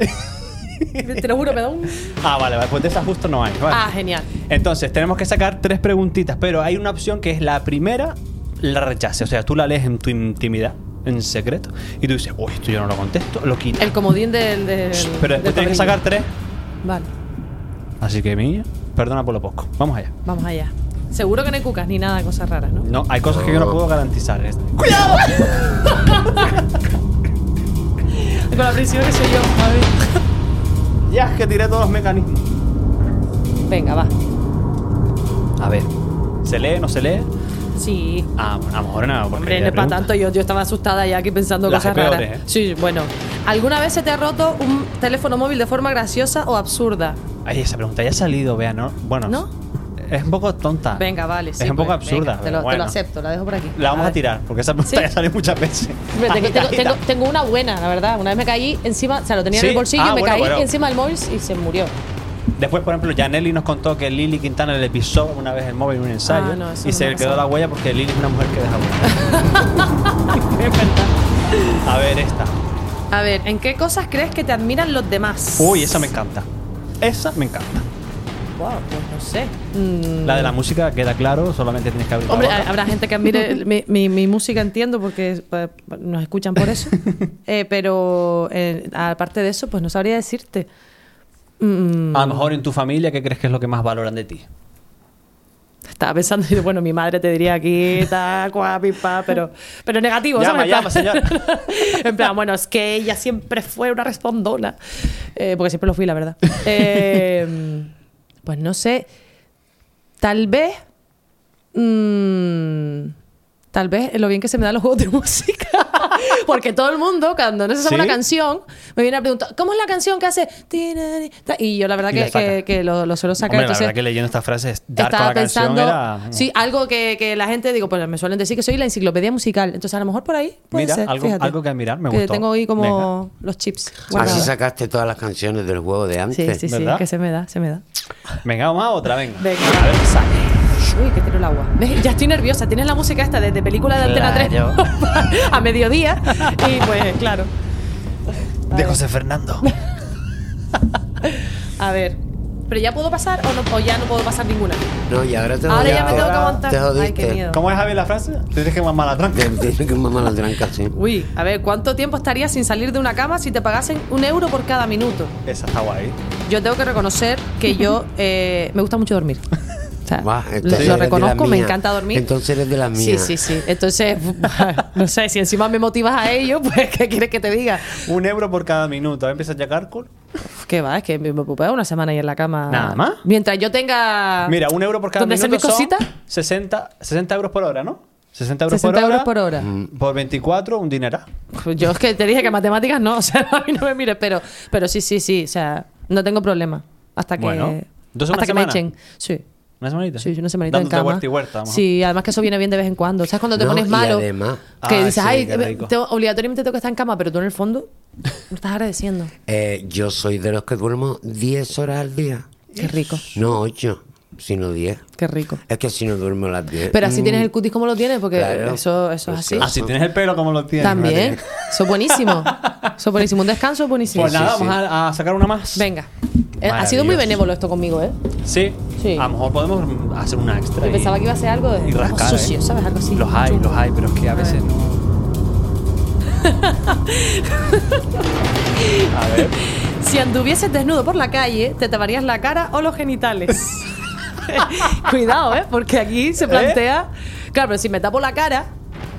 Speaker 4: Te lo juro, me da un.
Speaker 3: Ah, vale, vale, pues de esas justo no hay. vale.
Speaker 4: Ah, genial.
Speaker 3: Entonces, tenemos que sacar tres preguntitas, pero hay una opción que es la primera, la rechace. O sea, tú la lees en tu intimidad, en secreto, y tú dices, uy, esto yo no lo contesto, lo quito.
Speaker 4: El comodín del. del
Speaker 3: pero después tienes
Speaker 4: del
Speaker 3: que
Speaker 4: papelillo.
Speaker 3: sacar tres.
Speaker 4: Vale,
Speaker 3: Así que, mía, perdona por lo poco. Vamos allá.
Speaker 4: vamos allá. Seguro que no hay cucas ni nada, cosas raras, ¿no?
Speaker 3: No, hay cosas que yo no puedo garantizar. Es-
Speaker 4: Con la presión que soy yo, Javi.
Speaker 3: Ya es que tiré todos los mecanismos.
Speaker 4: Venga, va.
Speaker 3: A ver, ¿se lee, no se lee?
Speaker 4: Sí.
Speaker 3: Ah, bueno, a lo mejor no.
Speaker 4: Hombre, no es para tanto. Yo, yo estaba asustada ya aquí pensando
Speaker 3: Las
Speaker 4: cosas
Speaker 3: peores,
Speaker 4: raras.
Speaker 3: ¿eh?
Speaker 4: Sí, bueno. ¿Alguna vez se te ha roto un teléfono móvil de forma graciosa o absurda?
Speaker 3: Ay, esa pregunta ya ha salido, vea, ¿no? Bueno,
Speaker 4: ¿No?
Speaker 3: es un poco tonta.
Speaker 4: Venga, vale. sí,
Speaker 3: Ah, es un poco
Speaker 4: pues,
Speaker 3: absurda.
Speaker 4: venga, te,
Speaker 3: pero
Speaker 4: lo, te lo
Speaker 3: bueno.
Speaker 4: acepto, la dejo por aquí.
Speaker 3: La vamos a
Speaker 4: ver.
Speaker 3: tirar, porque esa pregunta
Speaker 4: ¿Sí?
Speaker 3: ya sale muchas veces.
Speaker 4: Hombre, tengo,
Speaker 3: Agita,
Speaker 4: tengo-
Speaker 3: agita.
Speaker 4: tengo- tengo una buena, la verdad. Una vez me caí encima, o sea, lo tenía
Speaker 3: Sí.
Speaker 4: en el bolsillo,
Speaker 3: Ah,
Speaker 4: me
Speaker 3: bueno,
Speaker 4: caí
Speaker 3: bueno.
Speaker 4: encima del móvil y se murió.
Speaker 3: Después, por ejemplo, Janelli nos contó que Lili Quintana le pisó una vez el móvil en un ensayo
Speaker 4: Ah, no, eso
Speaker 3: y
Speaker 4: no
Speaker 3: se
Speaker 4: me
Speaker 3: le
Speaker 4: ha
Speaker 3: quedó
Speaker 4: pasado.
Speaker 3: la huella porque Lili es una mujer que deja huella. A ver, esta.
Speaker 4: A ver, ¿en qué cosas crees que te admiran los demás?
Speaker 3: Uy, esa me encanta. Esa me encanta.
Speaker 4: Wow, pues no sé. Mm,
Speaker 3: La de la música queda claro, solamente tienes que abrir la
Speaker 4: Hombre,
Speaker 3: boca.
Speaker 4: ha- habrá gente que admire el- mi, mi- mi música, entiendo, porque es- pa- pa- nos escuchan por eso. Eh, pero eh, aparte de eso, pues no sabría decirte. Mm,
Speaker 3: A lo mejor en tu familia, ¿qué crees que es lo que más valoran de ti?
Speaker 4: estaba pensando, y bueno, mi madre te diría aquí, tal, cual, pipa, pero, pero negativo,
Speaker 3: Llama,
Speaker 4: ¿sabes? En
Speaker 3: llama, señor.
Speaker 4: en plan, bueno, es que ella siempre fue una respondona. Eh, porque siempre lo fui, la verdad. Eh, pues no sé. Tal vez. mm, tal vez lo bien que se me dan los juegos de música. Porque todo el mundo, cuando no se
Speaker 3: ¿Sí?
Speaker 4: sabe una canción, me viene a preguntar, ¿cómo es la canción que hace? Tirari, ta- Y yo la verdad
Speaker 3: Y la
Speaker 4: que,
Speaker 3: saca.
Speaker 4: que- que lo, lo suelo sacar.
Speaker 3: Hombre,
Speaker 4: entonces,
Speaker 3: la verdad que leyendo estas frases, dar con
Speaker 4: estaba
Speaker 3: la canción
Speaker 4: pensando,
Speaker 3: era...
Speaker 4: sí, algo que, que la gente, digo, pues me suelen decir que soy la enciclopedia musical. Entonces, a lo mejor por ahí puede
Speaker 3: Mira,
Speaker 4: ser,
Speaker 3: algo-
Speaker 4: fíjate.
Speaker 3: algo que admirar, me
Speaker 4: Que
Speaker 3: gustó.
Speaker 4: tengo ahí como los chips. guardados.
Speaker 2: Así sacaste todas las canciones del juego de antes.
Speaker 4: Sí, sí, sí,
Speaker 3: ¿Verdad?
Speaker 4: que se me da, se me da.
Speaker 3: mm, Venga, vamos a otra, venga.
Speaker 4: Venga.
Speaker 3: A ver, saca.
Speaker 4: Uy, que tiro el agua. ¿Ves? Ya estoy nerviosa. Tienes la música esta de, de película de
Speaker 3: Claro.
Speaker 4: Antena 3 a mediodía. Y pues, claro.
Speaker 3: De José Fernando.
Speaker 4: A ver. ¿Pero ya puedo pasar o, no, o ya no puedo pasar ninguna?
Speaker 2: No, y ahora te
Speaker 4: Ahora
Speaker 2: jodiste.
Speaker 4: ya me tengo que aguantar.
Speaker 2: Te
Speaker 4: Ay,
Speaker 2: jodiste.
Speaker 4: qué miedo.
Speaker 3: ¿Cómo es Javi la frase? Tienes que mamar la tranca.
Speaker 2: Te- Tienes que mamar la tranca, sí.
Speaker 4: Uy, a ver, ¿cuánto tiempo estarías sin salir de una cama si te pagasen un euro por cada minuto?
Speaker 3: Esa está guay.
Speaker 4: Yo tengo que reconocer que yo eh, me gusta mucho dormir. O sea,
Speaker 2: Buah,
Speaker 4: lo,
Speaker 2: entonces
Speaker 4: lo
Speaker 2: eres de las
Speaker 4: reconozco, me
Speaker 2: mías.
Speaker 4: encanta dormir.
Speaker 2: Entonces eres de las
Speaker 4: Sí,
Speaker 2: mías.
Speaker 4: sí, sí. Entonces, no sé, si encima me motivas a ello, pues, ¿qué quieres que te diga?
Speaker 3: Un euro por cada minuto. ¿Ahí empieza Jack Arcor?
Speaker 4: Uf, ¿Qué va? Es que me me puedo pegar una semana ahí en la cama.
Speaker 3: Nada más.
Speaker 4: Mientras yo tenga.
Speaker 3: Mira, un euro por cada
Speaker 4: Ah. ¿Dónde
Speaker 3: minuto
Speaker 4: hacer mis
Speaker 3: son
Speaker 4: cositas?
Speaker 3: 60, 60 euros por hora, ¿no? 60 euros
Speaker 4: 60
Speaker 3: por hora.
Speaker 4: euros por hora.
Speaker 3: Por 24, un dinerá.
Speaker 4: Uf, Yo es que te dije que matemáticas no, o sea, a mí no me mires, pero, pero sí, sí, sí, o sea, no tengo problema. Hasta que.
Speaker 3: Bueno, ¿dos o
Speaker 4: hasta
Speaker 3: una
Speaker 4: que me
Speaker 3: semana?
Speaker 4: echen. Sí.
Speaker 3: ¿Una semanita?
Speaker 4: Sí, una semanita
Speaker 3: Dándote
Speaker 4: en cama.
Speaker 3: huerta y huerta. a lo mejor.
Speaker 4: sí, además que eso viene bien de vez en cuando. ¿Sabes cuando te
Speaker 2: No,
Speaker 4: pones
Speaker 2: y
Speaker 4: malo?
Speaker 2: además-
Speaker 4: que
Speaker 3: Ah,
Speaker 4: dices,
Speaker 3: sí,
Speaker 4: ay,
Speaker 3: qué rico".
Speaker 4: tengo- obligatoriamente tengo que estar en cama, pero tú en el fondo no estás agradeciendo.
Speaker 2: Eh, yo soy de los que duermo 10 horas al día.
Speaker 4: Qué rico,
Speaker 2: No 8, sino 10.
Speaker 4: qué rico.
Speaker 2: Es que si no duermo las 10.
Speaker 4: Pero así
Speaker 2: mm,
Speaker 4: tienes el cutis como lo tienes, porque
Speaker 2: Claro.
Speaker 4: eso, eso es
Speaker 2: Pues
Speaker 4: así.
Speaker 2: sí.
Speaker 3: Ah, si tienes el pelo como lo tienes.
Speaker 4: También.
Speaker 3: Vale.
Speaker 4: Eso es buenísimo. Eso es buenísimo. Un descanso es buenísimo.
Speaker 3: Pues nada,
Speaker 2: sí,
Speaker 3: vamos a, a sacar una más.
Speaker 4: Venga. Eh, Ha sido muy
Speaker 3: Maravilloso.
Speaker 4: benévolo esto conmigo, ¿eh?
Speaker 3: Sí.
Speaker 4: Sí.
Speaker 3: A lo mejor podemos hacer una extra.
Speaker 4: Yo
Speaker 3: y-
Speaker 4: pensaba que iba a ser algo de
Speaker 3: y
Speaker 4: algo
Speaker 3: rascar, ¿eh?
Speaker 4: sucio, ¿sabes? Algo así.
Speaker 3: Los hay,
Speaker 4: chungo.
Speaker 3: los hay, pero es que a veces no. A ver.
Speaker 4: Si anduvieses desnudo por la calle, te taparías la cara o los genitales. Cuidado, ¿eh? Porque aquí se plantea. Claro, pero si me tapo la cara,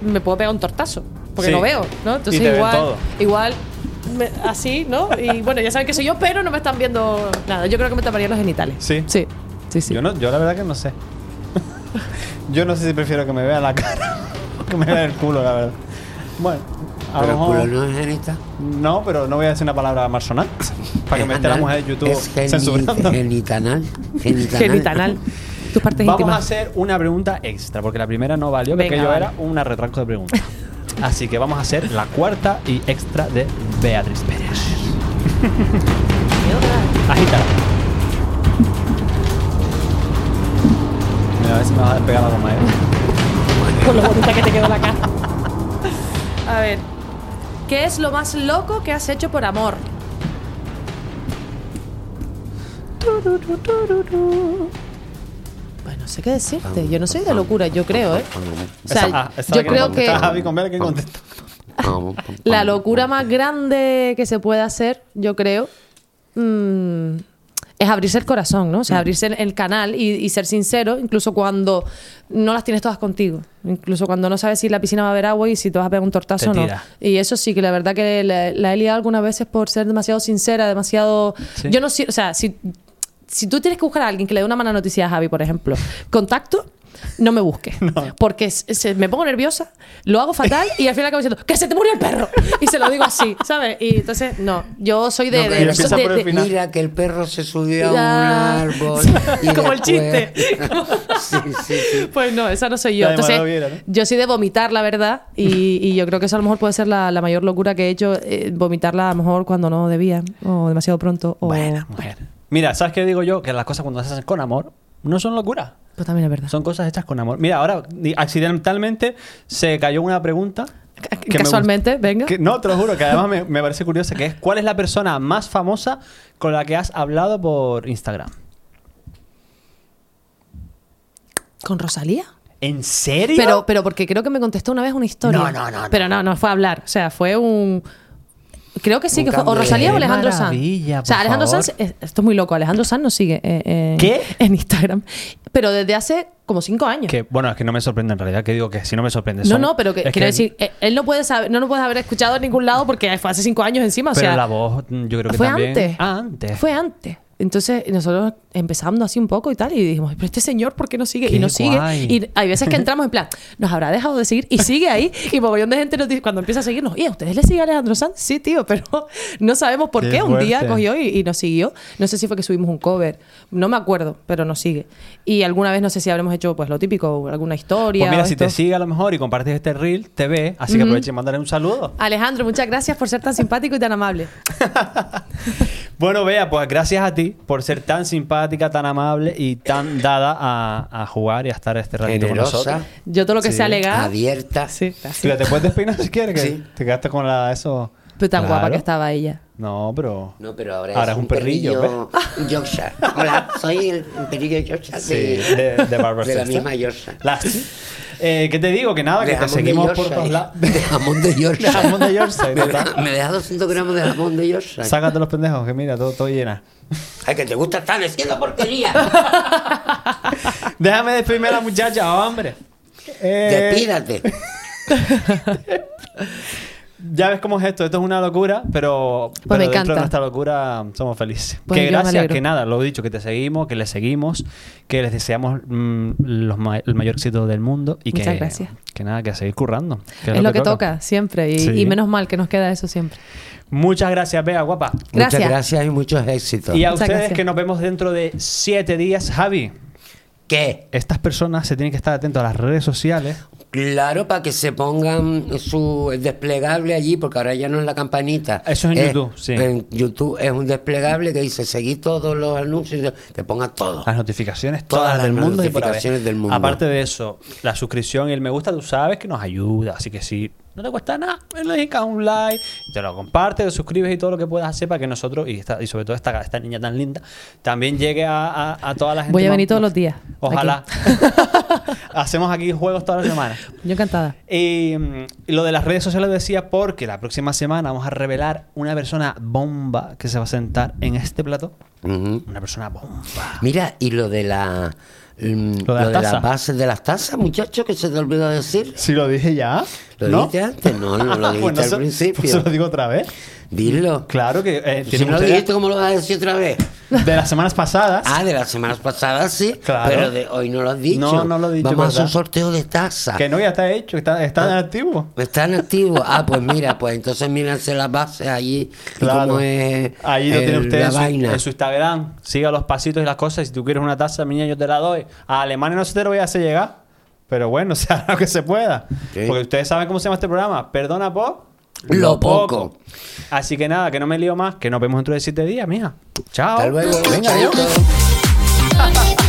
Speaker 4: me puedo pegar un tortazo. Porque
Speaker 3: Sí.
Speaker 4: no veo, ¿no?
Speaker 3: Y
Speaker 4: Entonces
Speaker 3: te ven
Speaker 4: igual.
Speaker 3: todo.
Speaker 4: Igual. me- así, ¿no? Y bueno, ya saben que soy yo, pero no me están viendo nada. Yo creo que me taparía los genitales.
Speaker 3: Sí.
Speaker 4: Sí. Sí, sí.
Speaker 3: Yo, no, yo la verdad que no sé. yo no sé si prefiero que me vea la cara o que me vea el culo, la verdad. Bueno, a lo
Speaker 2: Pero el culo
Speaker 3: mejor.
Speaker 2: no es genita.
Speaker 3: No, pero no voy a decir una palabra más sonante. Para que me esté la
Speaker 2: Anal.
Speaker 3: mujer de YouTube
Speaker 2: Es geni-
Speaker 3: censurando.
Speaker 2: genitanal. Genitanal.
Speaker 4: Genitanal. Tus partes
Speaker 3: Vamos a
Speaker 4: íntimas.
Speaker 3: hacer una pregunta extra, porque la primera no valió, porque
Speaker 4: Venga,
Speaker 3: yo
Speaker 4: vale.
Speaker 3: era una retranco de preguntas. Así que vamos a hacer la cuarta y extra de Beatriz Pérez. Agítala. Mira, a ver si me vas a despegar la goma, eh.
Speaker 4: Con lo bonita que te quedó la cara. A ver. ¿Qué es lo más loco que has hecho por amor? Pues no sé qué decirte. Yo no soy de locura, yo creo, ¿eh? O sea,
Speaker 3: Esa- ah, esa
Speaker 4: yo
Speaker 3: que
Speaker 4: creo que
Speaker 3: contesta Javi con Bea, ¿quién contesta?
Speaker 4: la locura más grande que se puede hacer, yo creo, mm, es abrirse el corazón, ¿no?
Speaker 3: Mm.
Speaker 4: O sea, abrirse el, el canal y, y ser sincero, incluso cuando no las tienes todas contigo. Incluso cuando no sabes si la piscina va a haber agua y si te vas a pegar un tortazo o
Speaker 3: Te
Speaker 4: no.
Speaker 3: tira.
Speaker 4: Y eso sí, que la verdad que la, la he liado algunas veces por ser demasiado sincera, demasiado...
Speaker 3: Sí.
Speaker 4: Yo no sé, o sea, si, si tú tienes que buscar a alguien que le dé una mala noticia a Javi, por ejemplo, contacto, no me busques. Porque se- se- me pongo nerviosa, lo hago fatal y al final acabo diciendo, ¡que se te murió el perro! Y se lo digo así, ¿sabes? Y entonces, no, yo soy de...
Speaker 2: No,
Speaker 4: de-
Speaker 2: pero
Speaker 4: so-
Speaker 3: empieza
Speaker 4: de-
Speaker 3: por el
Speaker 4: de-
Speaker 3: final.
Speaker 2: Mira que el perro se subió a un
Speaker 4: Ya.
Speaker 2: árbol. y
Speaker 4: Como el
Speaker 2: después-
Speaker 4: chiste.
Speaker 2: sí, sí, sí.
Speaker 4: Pues no, esa no soy yo.
Speaker 3: La de
Speaker 4: Entonces,
Speaker 3: Manolo Viera, ¿no?
Speaker 4: yo soy de vomitar, la verdad, y, y yo creo que eso a lo mejor puede ser la, la mayor locura que he hecho, eh, vomitarla a lo mejor cuando no debía, o demasiado pronto, o...
Speaker 3: Buena, mujer. Mira, ¿sabes qué digo yo? Que las cosas cuando se hacen con amor no son locura.
Speaker 4: Pues también es verdad.
Speaker 3: Son cosas hechas con amor. Mira, ahora ni- accidentalmente se cayó una pregunta.
Speaker 4: Ca-
Speaker 3: me gust-
Speaker 4: casualmente, venga.
Speaker 3: que- no, te lo juro, que además me, me parece curiosa, que es ¿cuál es la persona más famosa con la que has hablado por Instagram?
Speaker 4: ¿Con Rosalía?
Speaker 3: ¿En serio?
Speaker 4: Pero, pero porque creo que me contestó una vez una historia.
Speaker 2: No, no, no, no.
Speaker 4: Pero no, no fue a hablar. O sea, fue un. Creo que sí,
Speaker 2: Un
Speaker 4: que fue. O
Speaker 2: cambio de-
Speaker 4: Rosalía o
Speaker 2: Qué
Speaker 4: Alejandro Sanz.
Speaker 3: maravilla,
Speaker 4: O sea,
Speaker 3: por
Speaker 4: Alejandro
Speaker 3: favor.
Speaker 4: Sanz. es- Esto es muy loco. Alejandro Sanz nos sigue eh, eh,
Speaker 3: ¿Qué?
Speaker 4: en Instagram. Pero desde hace como cinco años.
Speaker 3: que, bueno, es que no me sorprende en realidad, que digo que si no me sorprende.
Speaker 4: No,
Speaker 3: son-
Speaker 4: no, pero que,
Speaker 3: es
Speaker 4: quiero decir, eh, él no puede saber, no nos puede haber escuchado en ningún lado porque fue hace cinco años encima. O
Speaker 3: Pero
Speaker 4: sea,
Speaker 3: la voz, mm, yo creo que
Speaker 4: fue
Speaker 3: también.
Speaker 4: antes.
Speaker 3: Ah, antes.
Speaker 4: Fue antes. Entonces nosotros empezando así un poco y tal y dijimos, pero este señor, ¿por qué no sigue?
Speaker 3: Qué
Speaker 4: y no sigue.
Speaker 3: guay.
Speaker 4: Y hay veces que entramos en plan, nos habrá dejado de seguir y sigue ahí. Y mogollón de gente nos dice, cuando empieza a seguirnos, ¿y a ustedes les sigue Alejandro Sanz? Sí, tío, pero no sabemos por
Speaker 3: Qué
Speaker 4: qué. Un día
Speaker 3: fuerte.
Speaker 4: cogió y, y nos siguió. No sé si fue que subimos un cover, no me acuerdo, pero nos sigue. Y alguna vez no sé si habremos hecho pues lo típico, alguna historia.
Speaker 3: Pues mira,
Speaker 4: o
Speaker 3: si te
Speaker 4: esto.
Speaker 3: sigue a lo mejor y compartes este reel, te ve. Así que aprovecha y mandarle un saludo.
Speaker 4: Alejandro, muchas gracias por ser tan simpático y tan amable.
Speaker 3: Bueno, Bea, pues gracias a ti por ser tan simpática, tan amable y tan dada a, a jugar y a estar este ratito
Speaker 2: Generosa.
Speaker 3: con nosotros.
Speaker 4: Yo todo lo que
Speaker 3: Sí.
Speaker 4: sea legal.
Speaker 2: Abierta.
Speaker 4: Sí, gracias.
Speaker 3: Mira, te puedes despeinar si quieres, que
Speaker 2: Sí.
Speaker 3: te quedaste con la eso.
Speaker 4: Pero tan guapa
Speaker 3: Claro.
Speaker 4: que estaba ella.
Speaker 3: No, pero.
Speaker 2: No, pero ahora,
Speaker 3: Ahora es un perrillo,
Speaker 2: Yorkshire. Hola, soy el perrillo Yorkshire
Speaker 3: Sí,
Speaker 2: de,
Speaker 3: de, de Barbra
Speaker 2: de la
Speaker 3: Streisand.
Speaker 2: misma Yorkshire.
Speaker 3: Las- eh, ¿Qué te digo? Que nada, que
Speaker 2: De
Speaker 3: te
Speaker 2: jamón de
Speaker 3: seguimos por todos
Speaker 2: Yorkshire.
Speaker 3: lados.
Speaker 2: De jamón de Yorkshire.
Speaker 3: De jamón de Yorkshire,
Speaker 2: Me-
Speaker 3: total.
Speaker 2: Me dejas 200 gramos de jamón de Yorkshire.
Speaker 3: Sácate los pendejos, que mira, todo, todo llena.
Speaker 2: Ay, que te gusta estar diciendo porquería.
Speaker 3: Déjame despedirme a la muchacha, hombre. Eh,
Speaker 2: Despídate.
Speaker 3: Ya ves cómo es esto, esto es una locura, pero,
Speaker 4: Pues me
Speaker 3: pero dentro de
Speaker 4: encanta.
Speaker 3: nuestra locura somos felices.
Speaker 4: Pues
Speaker 3: que
Speaker 4: yo me
Speaker 3: gracias,
Speaker 4: alegro.
Speaker 3: que nada, lo he dicho, que te seguimos, que le seguimos, que les deseamos mm, los ma- el mayor éxito del mundo y que,
Speaker 4: Muchas gracias.
Speaker 3: que nada, que a seguir currando.
Speaker 4: Es, lo que, toca. siempre. Y,
Speaker 3: Sí.
Speaker 4: y menos mal que nos queda eso siempre.
Speaker 3: Muchas gracias, Bea, guapa.
Speaker 4: Gracias.
Speaker 2: Muchas gracias y muchos éxitos.
Speaker 3: Y a
Speaker 4: Muchas
Speaker 3: ustedes
Speaker 4: gracias.
Speaker 3: que nos vemos dentro de siete días, Javi.
Speaker 2: ¿Qué?
Speaker 3: Estas personas se tienen que estar atentos a las redes sociales.
Speaker 2: Claro, para que se pongan su el desplegable allí, porque ahora ya no es la campanita. Eh,
Speaker 3: Eso es en YouTube, sí.
Speaker 2: En YouTube es un desplegable que dice seguir todos los anuncios, que pongan todo.
Speaker 3: Las notificaciones todas,
Speaker 2: Todas las
Speaker 3: del mundo. y por
Speaker 2: notificaciones
Speaker 3: haber.
Speaker 2: del mundo.
Speaker 3: Aparte de eso, la suscripción y el me gusta, tú sabes que nos ayuda. Así que si no te cuesta nada, le dedicas un like, te lo compartes, te suscribes y todo lo que puedas hacer para que nosotros, y, esta- y sobre todo esta, esta niña tan linda, también llegue a, a, a toda la gente.
Speaker 4: Voy a
Speaker 3: más-
Speaker 4: venir todos los días,
Speaker 3: Ojalá.
Speaker 4: aquí.
Speaker 3: Hacemos aquí juegos todas las semanas.
Speaker 4: Yo encantada.
Speaker 3: Y, mm, y lo de las redes sociales lo decía porque la próxima semana vamos a revelar una persona bomba que se va a sentar en este plato.
Speaker 2: Ujú.
Speaker 3: Una persona bomba.
Speaker 2: Mira, y lo de la. mm,
Speaker 3: Lo
Speaker 2: Lo
Speaker 3: de las
Speaker 2: de, las
Speaker 3: tazas.
Speaker 2: bases de las tazas, muchacho, que se te olvidó decir.
Speaker 3: Si lo dije ya.
Speaker 2: ¿Lo
Speaker 3: ¿no?
Speaker 2: dijiste antes? No, no lo dijiste
Speaker 3: Pues no
Speaker 2: al
Speaker 3: se-
Speaker 2: principio.
Speaker 3: pues se lo digo otra vez.
Speaker 2: Dilo.
Speaker 3: Claro que eh,
Speaker 2: Si
Speaker 3: tienen
Speaker 2: no lo
Speaker 3: ustedes-
Speaker 2: dijiste, ¿cómo lo vas a decir otra vez?
Speaker 3: de las semanas pasadas.
Speaker 2: Ah, de las semanas pasadas sí,
Speaker 3: Claro.
Speaker 2: pero de hoy no lo has dicho.
Speaker 3: No, no lo he dicho,
Speaker 2: Vamos a hacer un
Speaker 3: ¿verdad?
Speaker 2: sorteo de tazas.
Speaker 3: Que no, ya está hecho, está, está
Speaker 2: Ah.
Speaker 3: en activo.
Speaker 2: Están activos. Ah, pues mira, pues entonces mírense las bases allí. y cómo es
Speaker 3: Ahí lo
Speaker 2: el-
Speaker 3: tiene usted
Speaker 2: la
Speaker 3: en su,
Speaker 2: vaina.
Speaker 3: en su Instagram. Siga los pasitos y las cosas. Si tú quieres una taza, mi niña, yo te la doy. A Alemania no se te lo voy a hacer llegar. Pero bueno, se hará lo que se pueda.
Speaker 2: Sí.
Speaker 3: Porque ustedes saben cómo se llama este programa. Perdona por
Speaker 2: Lo poco.
Speaker 3: Así que nada, que no me lío más. Que nos vemos dentro de siete días, mija. Chao.
Speaker 2: Hasta luego.
Speaker 3: Venga, adiós.
Speaker 2: Chaito.
Speaker 6: Don't give